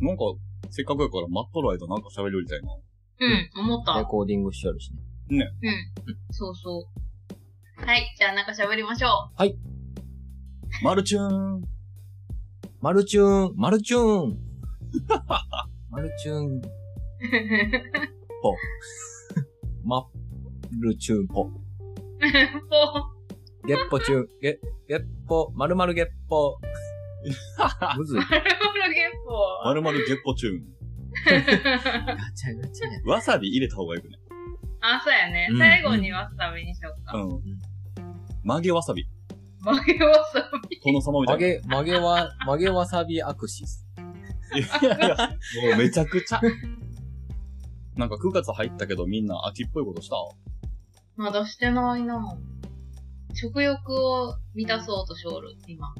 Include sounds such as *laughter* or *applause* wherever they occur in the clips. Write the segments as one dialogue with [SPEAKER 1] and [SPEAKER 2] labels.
[SPEAKER 1] なんか、せっかくやから待っとる間なんか喋るみたいな。
[SPEAKER 2] うん、思った。
[SPEAKER 3] レコーディングしてあるしね。
[SPEAKER 2] うん。そうそう。はい、じゃあなんか喋りましょ
[SPEAKER 1] マルチューン
[SPEAKER 3] マルチューン、マルチュー *laughs* ン。マルチューン、
[SPEAKER 2] う。
[SPEAKER 3] マルチューンポ。
[SPEAKER 2] も
[SPEAKER 3] ゲッポチュー *laughs* ン、ゲ、ゲッポ、まるまるゲッポ。むずい。
[SPEAKER 2] う、丸々ゲッポ
[SPEAKER 1] まるまるゲッポチューン。
[SPEAKER 3] ガチャガチャや。
[SPEAKER 1] わさび入れた方がよくね。
[SPEAKER 2] *laughs* あ、そうやね
[SPEAKER 3] う。ん
[SPEAKER 2] 最後にわさびにしようか。
[SPEAKER 1] うん。曲げわさび。
[SPEAKER 2] 曲げわさ
[SPEAKER 1] 殿様みた
[SPEAKER 3] 曲
[SPEAKER 1] いな。
[SPEAKER 3] げ、曲げわ、曲げわさびアクシス。
[SPEAKER 1] いやいや、もうめちゃくちゃ。なんか9月入ったけどみんな秋っぽいことした
[SPEAKER 2] び。まだしてないな食欲を満たそうとしょおる、今。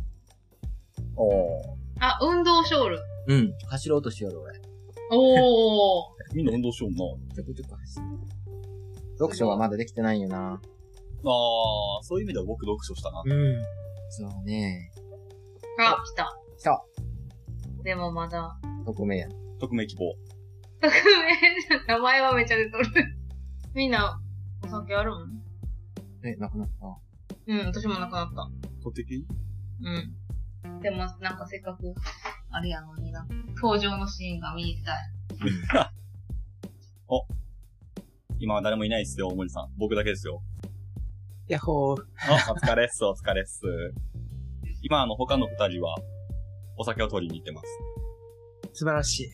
[SPEAKER 1] お
[SPEAKER 2] あ、運動しょおる。
[SPEAKER 3] うん。走ろうとしよる俺。
[SPEAKER 2] おー。
[SPEAKER 1] みんな運動しような。
[SPEAKER 3] ちょくちょく走る。読書がまだできてないよな。
[SPEAKER 1] あー、そういう意味では僕読書したな。
[SPEAKER 3] うん。そうね。
[SPEAKER 2] あ、来た。
[SPEAKER 3] 来た。
[SPEAKER 2] でもまだ。
[SPEAKER 3] 匿名や。
[SPEAKER 1] 匿名希望。
[SPEAKER 2] 匿名、名前はめちゃ出とる。みんな、お酒あるもん
[SPEAKER 3] え、なくなった。
[SPEAKER 2] うん、私もなくなった。
[SPEAKER 1] 小敵
[SPEAKER 2] うん。でも、なんかせっかく、あれやのにな。登場のシーンが見たい。
[SPEAKER 1] *laughs* 今は誰もいないっすよ、おもりさん。僕だけですよ。
[SPEAKER 3] やっほー。
[SPEAKER 1] あ、お疲れっす、お疲れっす。今、あの、他の二人は、お酒を取りに行ってます。
[SPEAKER 4] 素晴らしい。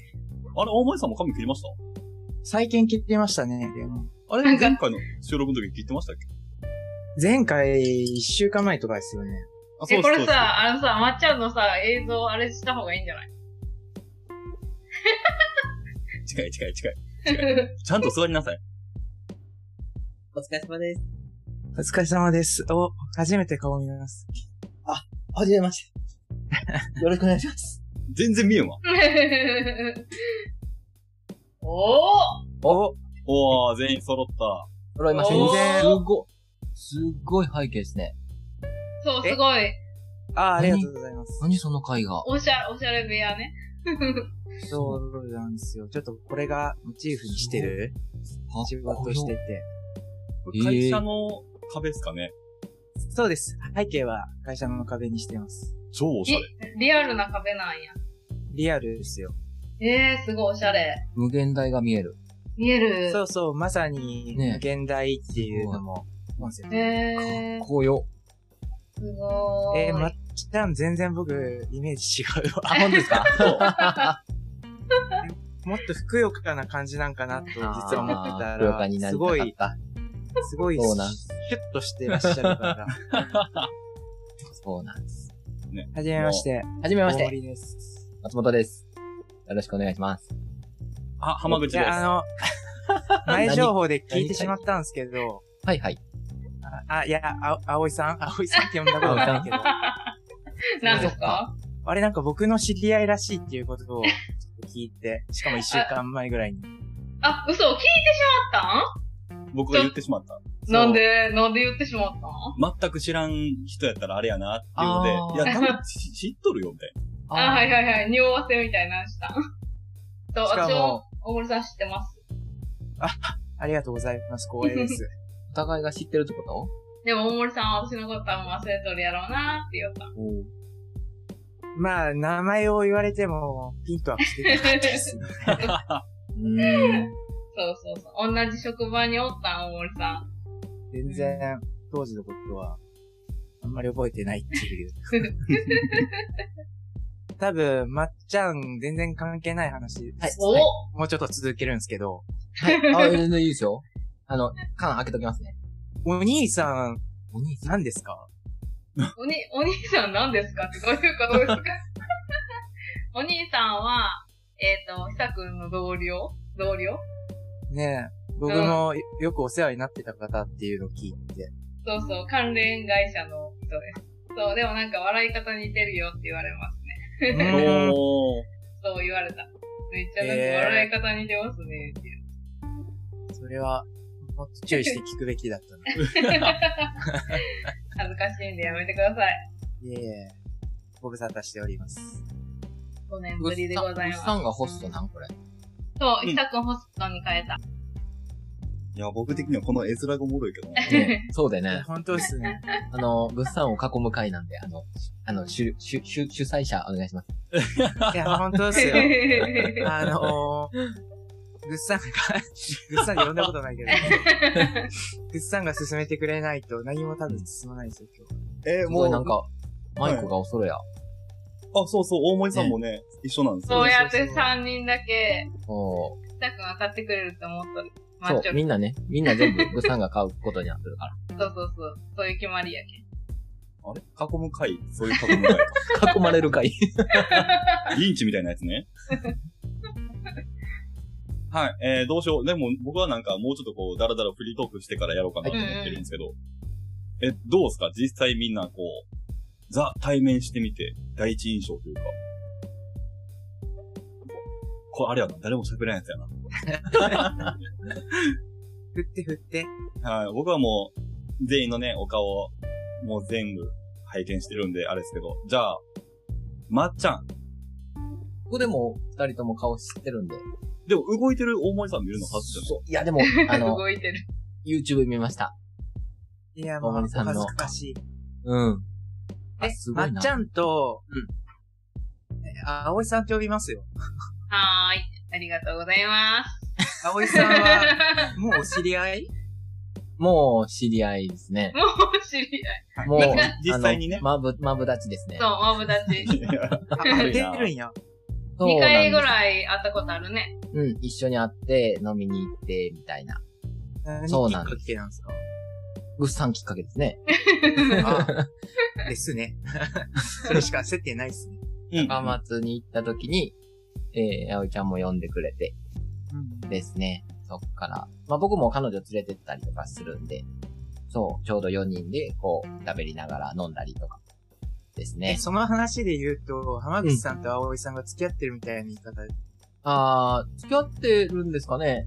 [SPEAKER 1] あれ、大森さんも髪切りました
[SPEAKER 4] 最近切ってましたね。でも
[SPEAKER 1] あれ、前回の収録の時切ってましたっけ
[SPEAKER 4] 前回、一週間前とかですよね。
[SPEAKER 1] あ、
[SPEAKER 2] え、こ
[SPEAKER 1] そ
[SPEAKER 2] れ
[SPEAKER 1] うです
[SPEAKER 2] さ、あのさ、まっちゃんのさ、映像あれした方がいいんじゃ
[SPEAKER 1] *laughs*
[SPEAKER 2] ない
[SPEAKER 1] 近い近い近い。ちゃんと座りなさい。
[SPEAKER 5] お疲れ様です。
[SPEAKER 4] お疲れ様です。お、初めて顔見ます。
[SPEAKER 5] はじめま
[SPEAKER 4] *laughs*
[SPEAKER 5] して。よろしくお願いします。
[SPEAKER 1] 全然見えんわ。
[SPEAKER 2] おー
[SPEAKER 3] お
[SPEAKER 1] おー、全員揃った。
[SPEAKER 3] 揃いました。
[SPEAKER 2] お
[SPEAKER 3] す
[SPEAKER 2] ー
[SPEAKER 3] ごい。すごい背景ですね。
[SPEAKER 2] そう、
[SPEAKER 4] え
[SPEAKER 2] すごい。
[SPEAKER 4] あー、ありがとうございます。
[SPEAKER 3] 何その絵画。
[SPEAKER 2] おしゃれ、おしゃれ部屋ね。 *laughs*
[SPEAKER 4] そうなんですよ。ちょっとこれがモチーフにしてる仕事してて。
[SPEAKER 1] これ会社の壁っすかね。
[SPEAKER 4] そうです。背景は会社の壁にしてます。
[SPEAKER 1] 超おしゃれ。
[SPEAKER 2] リアルな壁なんや。
[SPEAKER 4] リアルですよ。
[SPEAKER 2] えー、すごいおしゃれ。
[SPEAKER 3] 無限大が見える。
[SPEAKER 2] 見える。
[SPEAKER 4] そうそう、まさに
[SPEAKER 3] ね、
[SPEAKER 4] 現代っていうのも、コンセプト
[SPEAKER 3] かっ
[SPEAKER 2] えー、
[SPEAKER 3] こよ。
[SPEAKER 2] すごーい。
[SPEAKER 4] えー、まっちゃん全然僕、イメージ違うわ。
[SPEAKER 3] あ、本当です
[SPEAKER 4] *laughs*
[SPEAKER 3] か
[SPEAKER 4] もっとふくよかな感じなんかなと、実は思ってた、
[SPEAKER 3] ふくよからにな
[SPEAKER 4] す
[SPEAKER 3] り
[SPEAKER 4] ごい、
[SPEAKER 3] たかっ
[SPEAKER 4] すごい、
[SPEAKER 3] そうなん
[SPEAKER 4] キュッとしてらっしゃる
[SPEAKER 3] *laughs*
[SPEAKER 4] から。
[SPEAKER 3] た。そうなんです。
[SPEAKER 4] はじめまして。
[SPEAKER 3] はじめまし
[SPEAKER 4] 大
[SPEAKER 3] て、
[SPEAKER 4] 森です。
[SPEAKER 3] 松本です。よろしくお願いします。
[SPEAKER 1] あ、浜口
[SPEAKER 4] い
[SPEAKER 1] です。
[SPEAKER 4] や、あ
[SPEAKER 3] *laughs*
[SPEAKER 4] の、前情報で聞いてしまったんですけど、
[SPEAKER 3] はいはい。
[SPEAKER 4] あ、いや、あ、葵さ
[SPEAKER 3] *laughs*
[SPEAKER 4] ん葵さんって呼んだことないけど、
[SPEAKER 2] なんですか
[SPEAKER 4] あれなんか僕の知り合いらしいっていうことを聞いて、しかも一週間前ぐらいに。
[SPEAKER 2] あ、嘘聞いてしまっ
[SPEAKER 1] 僕が言ってしまった。
[SPEAKER 2] たんなんで、なんで言ってしまったん
[SPEAKER 1] 全く知らん人やったらあれやなっていうので、い
[SPEAKER 3] あー
[SPEAKER 1] や、多分知知っとるよ、みたいな。
[SPEAKER 2] あはいはいはい。匂わせみたいなの
[SPEAKER 4] *laughs*
[SPEAKER 2] したん。と、
[SPEAKER 4] しか
[SPEAKER 2] 私も
[SPEAKER 4] も、
[SPEAKER 2] 大森さん知ってます。
[SPEAKER 4] ありがとうございます。光栄です。
[SPEAKER 3] お互いが知ってるってこと
[SPEAKER 2] でも大森さんは私のことはもう忘れとるやろうなーって言おうか。
[SPEAKER 4] まあ、名前を言われても、ピンとは来てなかったです。
[SPEAKER 3] うーん。
[SPEAKER 2] そうそうそう。同じ職場におったん、大森さん。
[SPEAKER 4] 全然、当時のことは、あんまり覚えてないっていう。多分、まっちゃん、全然関係ない話。
[SPEAKER 3] はい
[SPEAKER 2] お
[SPEAKER 4] もうちょっと続けるんですけど、
[SPEAKER 3] はい。あ、全然いいですよ。あの、缶開けときますね。
[SPEAKER 4] お兄さん、
[SPEAKER 3] お兄さん。
[SPEAKER 4] 何ですか
[SPEAKER 2] おに、お兄さん何ですかってどういうことですか *laughs* お兄さんは、えっ、と、ひさくんの同僚同僚
[SPEAKER 4] ねえ、僕もよよくお世話になってた方っていうのを聞いて。
[SPEAKER 2] そうそう、関連会社の人です。そう、でもなんか笑い方似てるよって言われますね。
[SPEAKER 4] う
[SPEAKER 1] おー。
[SPEAKER 4] ん
[SPEAKER 2] そう言われた。めっちゃなんか
[SPEAKER 4] へー
[SPEAKER 2] 笑い方似てますねっていう。
[SPEAKER 4] それは、もっと注意して聞くべきだったな。
[SPEAKER 2] *laughs* 恥ずかしいんでやめてください。
[SPEAKER 4] いえいえ、ご無沙汰しております。
[SPEAKER 2] 5年
[SPEAKER 3] ぐ
[SPEAKER 2] ぶ
[SPEAKER 3] っ
[SPEAKER 2] りでございます。
[SPEAKER 3] さんがホストなんこれ。
[SPEAKER 2] そう、
[SPEAKER 1] うん
[SPEAKER 2] ひさくんホストに変えた。
[SPEAKER 1] いや、僕的にはこの絵面がおもろいけどな。
[SPEAKER 3] ね、そうでね。
[SPEAKER 4] 本当ですね。
[SPEAKER 3] あの、ぐっさんを囲む会なんで、あの、あの、主、主、主主催者お願いします。
[SPEAKER 4] いや、本当ですよ。
[SPEAKER 2] う
[SPEAKER 4] あのー、ぐっさんが、ぐっさんが呼んだことないけど、 *laughs* ぐっさんが進めてくれないと何も多分進まないんですよ、今日。
[SPEAKER 1] え
[SPEAKER 3] す
[SPEAKER 1] も
[SPEAKER 3] ご
[SPEAKER 1] う、
[SPEAKER 3] いなんか、マイクが恐れや。
[SPEAKER 1] あ、そうそう、大森さんもね、一緒なんですよ。
[SPEAKER 2] やって3人だけ、
[SPEAKER 3] お
[SPEAKER 2] ひさくんが買ってくれると思った
[SPEAKER 3] ー
[SPEAKER 2] マ
[SPEAKER 3] そ
[SPEAKER 2] ッチョ
[SPEAKER 3] う、みんなね、みんな全部ぐっさんが買うことになってるか
[SPEAKER 2] そうそうそう。そういう決まりやけん。
[SPEAKER 1] あれ囲む会そういう囲む会。
[SPEAKER 3] ら。囲まれる会。 *laughs*
[SPEAKER 1] *laughs* リンチみたいなやつね。はい。えー、どうしよう。でも、僕はなんか、もうちょっとこう、だらだらフリートークしてからやろうかなと思ってるんですけど。え、どうですか実際みんな、こう、ザ、対面してみて、第一印象というか。これ、あれやな。誰も喋らないやつや
[SPEAKER 4] 振って振って。
[SPEAKER 1] な。はい。僕はもう、全員のね、お顔を、もう全部、拝見してるんで、あれですけど。じゃあ、まっちゃん。
[SPEAKER 3] ここでも、二人とも顔知ってるんで。
[SPEAKER 1] でも、動いてる大森さん見るの初じゃない
[SPEAKER 3] そういや、でも、あの、
[SPEAKER 2] 動いてる。
[SPEAKER 3] YouTube 見ました。
[SPEAKER 4] いや、もう、
[SPEAKER 3] 大森
[SPEAKER 4] 恥
[SPEAKER 3] さんの
[SPEAKER 4] ずかしい。
[SPEAKER 3] うん。
[SPEAKER 4] え、
[SPEAKER 3] すご
[SPEAKER 4] ま
[SPEAKER 3] いな
[SPEAKER 4] っちゃんと、えあ葵さんって呼びますよ。
[SPEAKER 2] はーい。ありがとうございます。
[SPEAKER 4] 葵さんは、もうお知り合い
[SPEAKER 3] もう、知り合いですね。
[SPEAKER 2] *laughs* もう知り合い。
[SPEAKER 3] もう
[SPEAKER 1] 実際、実際にね
[SPEAKER 3] *laughs* あのまぶ、まぶだちですね。
[SPEAKER 2] そう、マブダチ。
[SPEAKER 1] いや
[SPEAKER 4] *laughs* あ、会ってるんや。
[SPEAKER 3] そう
[SPEAKER 2] 2回ぐ
[SPEAKER 3] い。
[SPEAKER 2] らい会ったことあるね。
[SPEAKER 3] *laughs* うん、一緒に会って、飲みに行って、みたいな。
[SPEAKER 4] 何き
[SPEAKER 3] そう
[SPEAKER 4] っ
[SPEAKER 3] な
[SPEAKER 4] か
[SPEAKER 3] んです
[SPEAKER 4] けなんですか
[SPEAKER 3] ぐっさんきっかけですね。
[SPEAKER 4] あ、ですね。 *laughs* それしか接点ないっすね。
[SPEAKER 1] うん
[SPEAKER 3] 高松に行った時に、えー、葵ちゃんも呼んでくれてですね。そっから。まあ、僕も彼女連れてったりとかするんで、そう、ちょうど4人で、こう、食べりながら飲んだりとか、です
[SPEAKER 4] え、
[SPEAKER 3] ね。
[SPEAKER 4] その話で言うと、浜口さんと葵さんが付き合ってるみたいな言い方。
[SPEAKER 3] あー、付き合ってるんですかね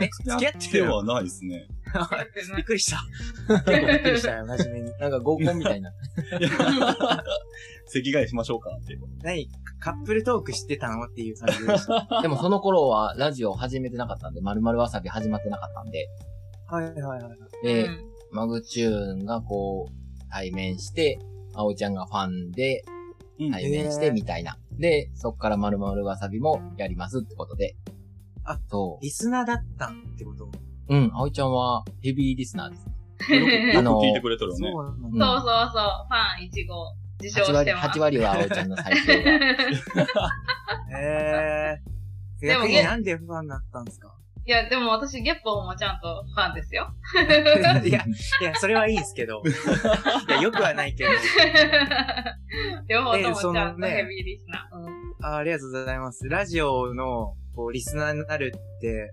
[SPEAKER 4] え、付き合って
[SPEAKER 1] で
[SPEAKER 4] るの
[SPEAKER 1] はないですね。 *laughs*
[SPEAKER 4] びっくり *laughs* した。結構びっくりしたよ、真面目に。
[SPEAKER 3] なんか合コンみ *laughs* たいな。
[SPEAKER 1] 席替えしましょうかって。
[SPEAKER 4] 何カップルトークしてたのっていう感じでした。
[SPEAKER 3] でもその頃はラジオ始めてなかったんで、まるまるわさび始まってなかったんで、
[SPEAKER 4] はいはいはい。
[SPEAKER 3] で、
[SPEAKER 2] うん
[SPEAKER 3] マグチューンがこう、対面して、葵ちゃんがファンで、
[SPEAKER 1] うん
[SPEAKER 3] 対面し
[SPEAKER 4] へ
[SPEAKER 3] て
[SPEAKER 4] ー
[SPEAKER 3] みたいな。で、そっからまるまるわさびもやりますってことで。
[SPEAKER 4] あ、
[SPEAKER 3] そ
[SPEAKER 4] リスナーだったってこと
[SPEAKER 3] う。うん、葵ちゃんはヘビーリスナーです。
[SPEAKER 1] よ
[SPEAKER 3] あ
[SPEAKER 1] く
[SPEAKER 3] の
[SPEAKER 1] 聞いてくれてるよね。
[SPEAKER 4] そうなん
[SPEAKER 3] う
[SPEAKER 4] だ。
[SPEAKER 3] ん
[SPEAKER 2] そうそうそう、ファン1号、受賞
[SPEAKER 3] 8
[SPEAKER 2] して
[SPEAKER 3] 割、
[SPEAKER 2] ます。
[SPEAKER 3] 8割は葵ちゃんの再
[SPEAKER 2] *laughs*
[SPEAKER 3] 生が。 *laughs*
[SPEAKER 4] へえー。
[SPEAKER 2] でも
[SPEAKER 4] 逆になんでファンだったんですか
[SPEAKER 2] いや、でも私、ゲッポーもちゃんとファンですよ。
[SPEAKER 4] いや、いや、それはいいんですけ *laughs* ど。いや、よくはないけど。
[SPEAKER 2] 両方
[SPEAKER 4] え
[SPEAKER 2] と
[SPEAKER 4] そ
[SPEAKER 2] もちゃん
[SPEAKER 4] の
[SPEAKER 2] と
[SPEAKER 4] ね
[SPEAKER 2] ヘビーリスナー。うん
[SPEAKER 4] あありがとうございます。ラジオの、こう、リスナーになるって、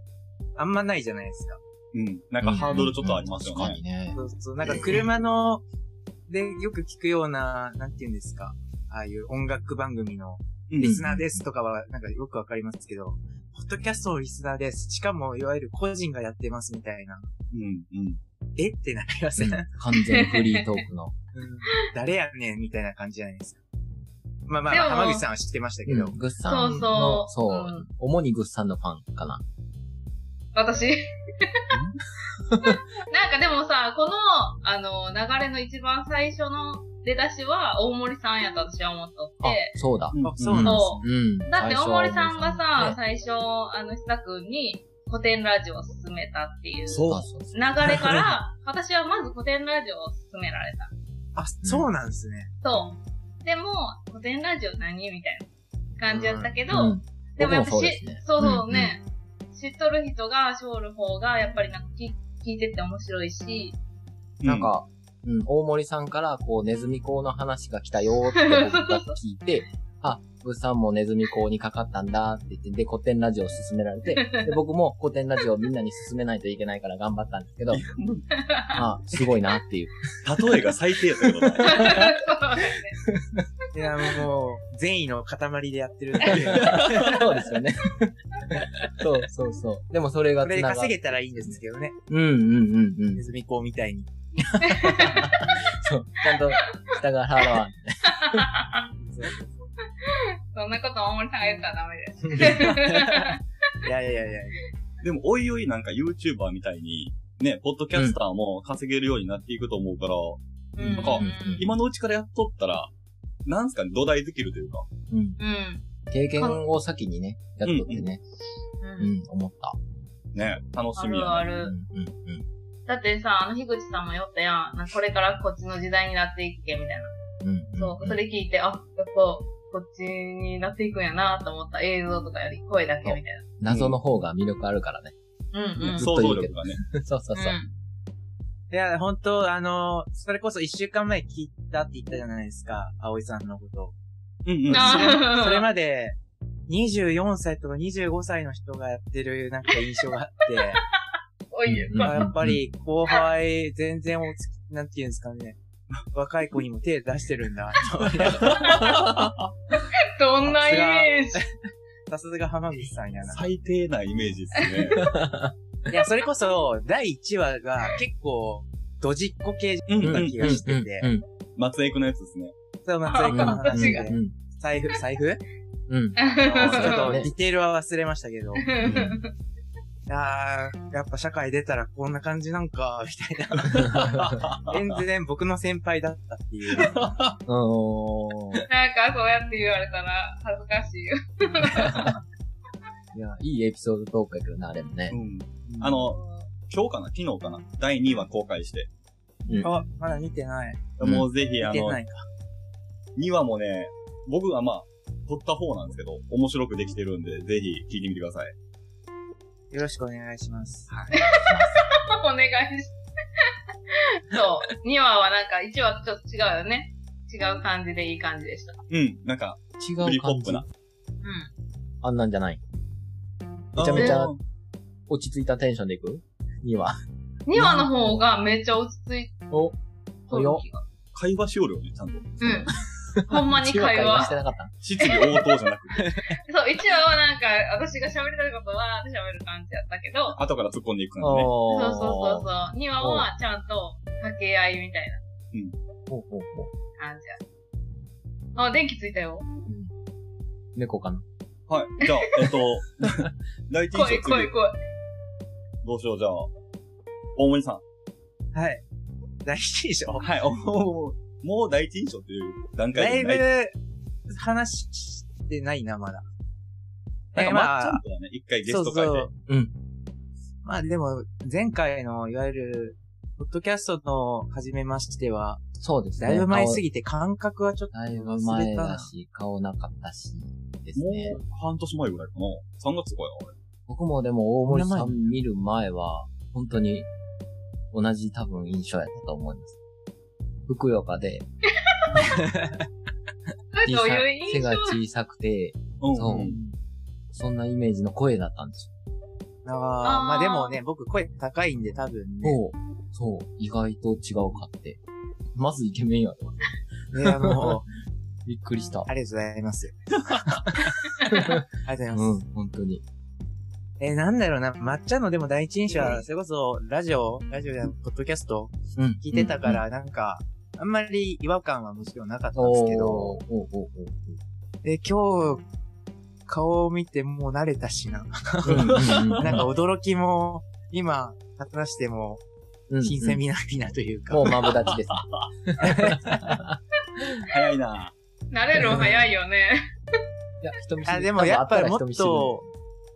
[SPEAKER 4] あんまないじゃないですか。
[SPEAKER 1] うん。なんかハードルちょっとありますよ
[SPEAKER 3] うん確
[SPEAKER 1] ね。
[SPEAKER 3] かにね。
[SPEAKER 4] そうそう。なんか車の、で、よく聞くような、なんていうんですか。ああいう音楽番組の、
[SPEAKER 1] うん
[SPEAKER 4] リスナーですとかは、なんかよくわかりますけど、ポッドキャストのリスナーです。しかも、いわゆる個人がやってますみたいな。
[SPEAKER 1] うん、うん。
[SPEAKER 4] えってなりません、
[SPEAKER 3] うん完全フリートーク *laughs*
[SPEAKER 4] う
[SPEAKER 3] の。
[SPEAKER 4] ん誰やねんみたいな感じじゃないですか。まあまあ、
[SPEAKER 2] で
[SPEAKER 4] ま
[SPEAKER 2] も
[SPEAKER 4] あ、浜口さんは知ってましたけど。
[SPEAKER 3] うんぐっさん
[SPEAKER 2] そう
[SPEAKER 3] の、そ
[SPEAKER 2] そうう、
[SPEAKER 3] うん主にぐっさんのファンかな。
[SPEAKER 2] 私 *laughs* なんかでもさ、この、あの、流れの一番最初の出だしは、大森さんやと私は思っとっ
[SPEAKER 3] あ
[SPEAKER 2] て、、
[SPEAKER 3] そうだ。
[SPEAKER 4] あそうなんです
[SPEAKER 2] そ
[SPEAKER 3] うん。
[SPEAKER 2] だって
[SPEAKER 3] 最初
[SPEAKER 2] 大
[SPEAKER 3] は
[SPEAKER 2] 森さんがさ、
[SPEAKER 3] ね
[SPEAKER 2] 最初、あの、久くんに古典ラジオを勧めたっていう
[SPEAKER 3] そうそうそう
[SPEAKER 2] 流れから、私はまず古典ラジオを勧められた。
[SPEAKER 4] あ、そうなんですね。
[SPEAKER 2] そう。でも、古典ラジオ何みたいな感じやったけど、
[SPEAKER 3] うん
[SPEAKER 2] でもやっぱ
[SPEAKER 3] 僕もそう
[SPEAKER 2] し
[SPEAKER 3] ですね
[SPEAKER 2] そうそうね、知っとる人がしょる方が、やっぱりなんか聞聞いてって面白い
[SPEAKER 3] *laughs*
[SPEAKER 2] し、
[SPEAKER 3] なんか、うん、大森さんから、こう、ネズミ講の話が来たよーって僕が聞い *laughs* て、あ、ブーさんもネズミ講にかかったんだって言って、で、古典ラジオを勧めら *laughs* れて、で、僕も古典ラジオをみんなに勧めないといけないから頑張ったんですけど、 *laughs* あ、すごいな *laughs* っていう。
[SPEAKER 1] うん。例えが最低やったけどな。
[SPEAKER 2] そうだね
[SPEAKER 4] いや、もう、善意の塊でやってるんで。
[SPEAKER 3] そうです *laughs* よね。そうそうそう。でもそれが
[SPEAKER 4] これで
[SPEAKER 3] 繋が
[SPEAKER 4] 稼げたらいいんですけどね。
[SPEAKER 3] うんうんうんうん
[SPEAKER 4] ネ。ズミ講みたいに。
[SPEAKER 3] そう。ちゃんと、下が払わん。
[SPEAKER 2] そんんなこと大森さんが言ったらダメです。
[SPEAKER 4] いやいやいやいや。
[SPEAKER 1] *laughs* でも、おいおいなんか YouTuber みたいに、ね、ポッドキャスターも稼げるようになっていくと思うから、
[SPEAKER 2] うん
[SPEAKER 1] なんか
[SPEAKER 2] うん
[SPEAKER 1] 今のうちからやっとったら、なんすかね、土台できるというか。
[SPEAKER 3] うん。
[SPEAKER 2] うん。
[SPEAKER 3] 経験を先にね、やっとってね、
[SPEAKER 2] う。
[SPEAKER 3] うんん、思った。
[SPEAKER 1] ね、楽
[SPEAKER 2] あ
[SPEAKER 1] しみ
[SPEAKER 2] る
[SPEAKER 1] や、
[SPEAKER 2] あ
[SPEAKER 1] ね。
[SPEAKER 3] うん、う
[SPEAKER 2] る。
[SPEAKER 3] ん、うん。
[SPEAKER 2] だってさ、あの、樋口さんも言ったやん。なんかこれからこっちの時代になっていくけ、みたいな。
[SPEAKER 3] うん、うん。
[SPEAKER 2] そう。それ聞いて、あ、やっぱ、こっちになっていくんやなと思った。映像とかより声だけ、みたい
[SPEAKER 3] 謎の方が魅力あるからね。 *laughs*
[SPEAKER 2] な。うんうん。
[SPEAKER 3] ずっ
[SPEAKER 1] 想
[SPEAKER 3] と言
[SPEAKER 1] 像
[SPEAKER 3] う
[SPEAKER 1] 力
[SPEAKER 3] けど
[SPEAKER 1] がね。
[SPEAKER 3] そうそうそう。
[SPEAKER 4] いや、本当あのそれこそ一週間前聞いたって言ったじゃないですか、葵さんのこと。
[SPEAKER 1] うんうん。
[SPEAKER 2] あー
[SPEAKER 4] それまで、24歳とか25歳の人がやってるなんか印象があって、
[SPEAKER 2] おいよ。
[SPEAKER 3] うん
[SPEAKER 4] まあやっぱり後輩全然おつき、なんて言うんですかね、若い子にも手出してるんだ。 *laughs*
[SPEAKER 2] どんなイメージ
[SPEAKER 4] さすが浜口さんやな。
[SPEAKER 1] 最低なイメージですね。
[SPEAKER 4] いや、それこそ、第1話が結構、ドジっ子系
[SPEAKER 1] うんう
[SPEAKER 4] なん気がし
[SPEAKER 3] うん、
[SPEAKER 4] て
[SPEAKER 3] うん、
[SPEAKER 4] て、
[SPEAKER 3] うん。
[SPEAKER 1] 松江区のやつですね。
[SPEAKER 4] そう、松井君の話
[SPEAKER 2] あ
[SPEAKER 4] で、財布、財布
[SPEAKER 3] う
[SPEAKER 2] *laughs*
[SPEAKER 3] ん、
[SPEAKER 4] ちょっと
[SPEAKER 3] ね
[SPEAKER 4] ディテールは忘れましたけど、
[SPEAKER 3] うん。
[SPEAKER 4] あー、やっぱ社会出たらこんな感じな
[SPEAKER 1] *laughs*
[SPEAKER 4] んか、みたいな。全然僕の先輩だったっていう。
[SPEAKER 3] *laughs* うん。
[SPEAKER 2] なんかそうやって言われたら恥ずかしいよ。 *laughs*
[SPEAKER 3] いや、いいエピソードトークやけどな、あれもね。
[SPEAKER 1] ん。あ、の、今日かな昨日かな第2話公開して。
[SPEAKER 4] あ、まだ見てない。
[SPEAKER 3] うん
[SPEAKER 1] もうぜひ、あ
[SPEAKER 4] 見て
[SPEAKER 1] の
[SPEAKER 4] な、いか。
[SPEAKER 1] 2話もね、僕はまあ、撮った方なんですけど、面白くできてるんで、ぜひ聞いてみてください。
[SPEAKER 4] よろしくお願いします。
[SPEAKER 2] お願いし。そう。2話はなんか1話とちょっと違うよね。違う感じでいい感じでした。
[SPEAKER 1] うん。なんか、
[SPEAKER 3] 違
[SPEAKER 1] フリ
[SPEAKER 3] う
[SPEAKER 1] ポ
[SPEAKER 3] 感
[SPEAKER 1] ップ
[SPEAKER 3] じ
[SPEAKER 1] な。
[SPEAKER 2] う
[SPEAKER 3] あんなんじゃない。めちゃめち
[SPEAKER 1] あ
[SPEAKER 3] ゃ
[SPEAKER 1] ー
[SPEAKER 3] 落ち着いたテンションでいくには。
[SPEAKER 2] ん。2話の方がめっちゃ落ち着いて
[SPEAKER 3] お、
[SPEAKER 2] る
[SPEAKER 3] よ。
[SPEAKER 2] 気が。
[SPEAKER 1] 会話しよるよね、ちゃんと。
[SPEAKER 2] うん。ほんまに
[SPEAKER 3] 一話
[SPEAKER 2] 会
[SPEAKER 3] 会話
[SPEAKER 2] 話。
[SPEAKER 3] してなかっ
[SPEAKER 1] 質疑応答じゃなくて、
[SPEAKER 2] そう、1話はなんか私が喋りたいことは喋る感じやったけど、
[SPEAKER 1] 後から突っ込んでいく
[SPEAKER 3] た
[SPEAKER 1] 感じね。
[SPEAKER 2] そうそ
[SPEAKER 3] ー
[SPEAKER 2] うそうそう。2話はちゃんと掛け合いみたい
[SPEAKER 3] ほうほうほ
[SPEAKER 2] な感じやった。あ、電気ついたよ。
[SPEAKER 3] ううん猫かな。
[SPEAKER 1] はい。じゃあ、えっと、第一印象
[SPEAKER 2] 来い来
[SPEAKER 1] 次
[SPEAKER 2] い、来い。
[SPEAKER 1] どうしよう、じゃあ、大森さん。
[SPEAKER 4] はい。第一印象
[SPEAKER 1] はい、おもうもう第一印象っていう段
[SPEAKER 4] だ
[SPEAKER 1] 階
[SPEAKER 4] い
[SPEAKER 1] でない。
[SPEAKER 4] ぶ、話してないな、まだ。
[SPEAKER 1] なんか、
[SPEAKER 4] え
[SPEAKER 1] まっちゃんとはね、一回ゲスト会で。
[SPEAKER 3] ううん。
[SPEAKER 4] まあでも、前回の、いわゆる、ポッドキャストの始めましては、
[SPEAKER 3] そうですね。
[SPEAKER 4] だいぶ前す
[SPEAKER 3] ぎ。
[SPEAKER 4] ぎて感覚はちょっと、
[SPEAKER 3] だいぶ前だし、顔なかったし、ですね
[SPEAKER 1] も。う、半年前ぐらいかな。3月とかよ、あれ。
[SPEAKER 3] 僕もでも大森さ
[SPEAKER 4] こん
[SPEAKER 3] ん見る前は、本当に同じ多分印象やったと思います。ふくよかで、
[SPEAKER 2] なんか
[SPEAKER 3] 小
[SPEAKER 2] そう
[SPEAKER 3] さ
[SPEAKER 2] いう
[SPEAKER 3] 背
[SPEAKER 2] 印象
[SPEAKER 3] が小さくて、
[SPEAKER 1] うん。
[SPEAKER 3] そうんそんなイメージの声だったんです
[SPEAKER 4] あー
[SPEAKER 2] ー
[SPEAKER 4] まあでもね、僕声高いんで多分ね、
[SPEAKER 3] よ。そう。そう。意外と違うかって。まずイケメンやと思って。
[SPEAKER 4] いやもう、
[SPEAKER 3] びっく
[SPEAKER 4] *laughs*
[SPEAKER 3] りした。
[SPEAKER 4] ありがとうございます。ありがとうございます。
[SPEAKER 3] うん、本当に。
[SPEAKER 4] えーなんだろうな、抹茶のでも第一印象は、それこそ、ラジオ、ラジオじゃないポッドキャスト
[SPEAKER 3] うん。
[SPEAKER 4] 聞いてたか
[SPEAKER 3] うん、
[SPEAKER 4] ら、なんか、あんまり違和感はもちろんなかったん
[SPEAKER 3] お
[SPEAKER 4] です
[SPEAKER 3] ー
[SPEAKER 4] けど
[SPEAKER 3] お、ーおーお
[SPEAKER 4] で、今日、顔を見てもう慣れたし
[SPEAKER 3] *laughs*
[SPEAKER 4] な。
[SPEAKER 3] ーうんうんうん
[SPEAKER 4] なんか驚きも、今、立たしても、
[SPEAKER 3] うん
[SPEAKER 4] *laughs* 新鮮味ないなというか。
[SPEAKER 3] もうマブダチですね。
[SPEAKER 1] 早いな
[SPEAKER 2] 慣れるの早いよね。
[SPEAKER 3] いや、人見知り。
[SPEAKER 4] あ、でもやっぱりもっ
[SPEAKER 3] 多分会たら人見知り
[SPEAKER 4] と、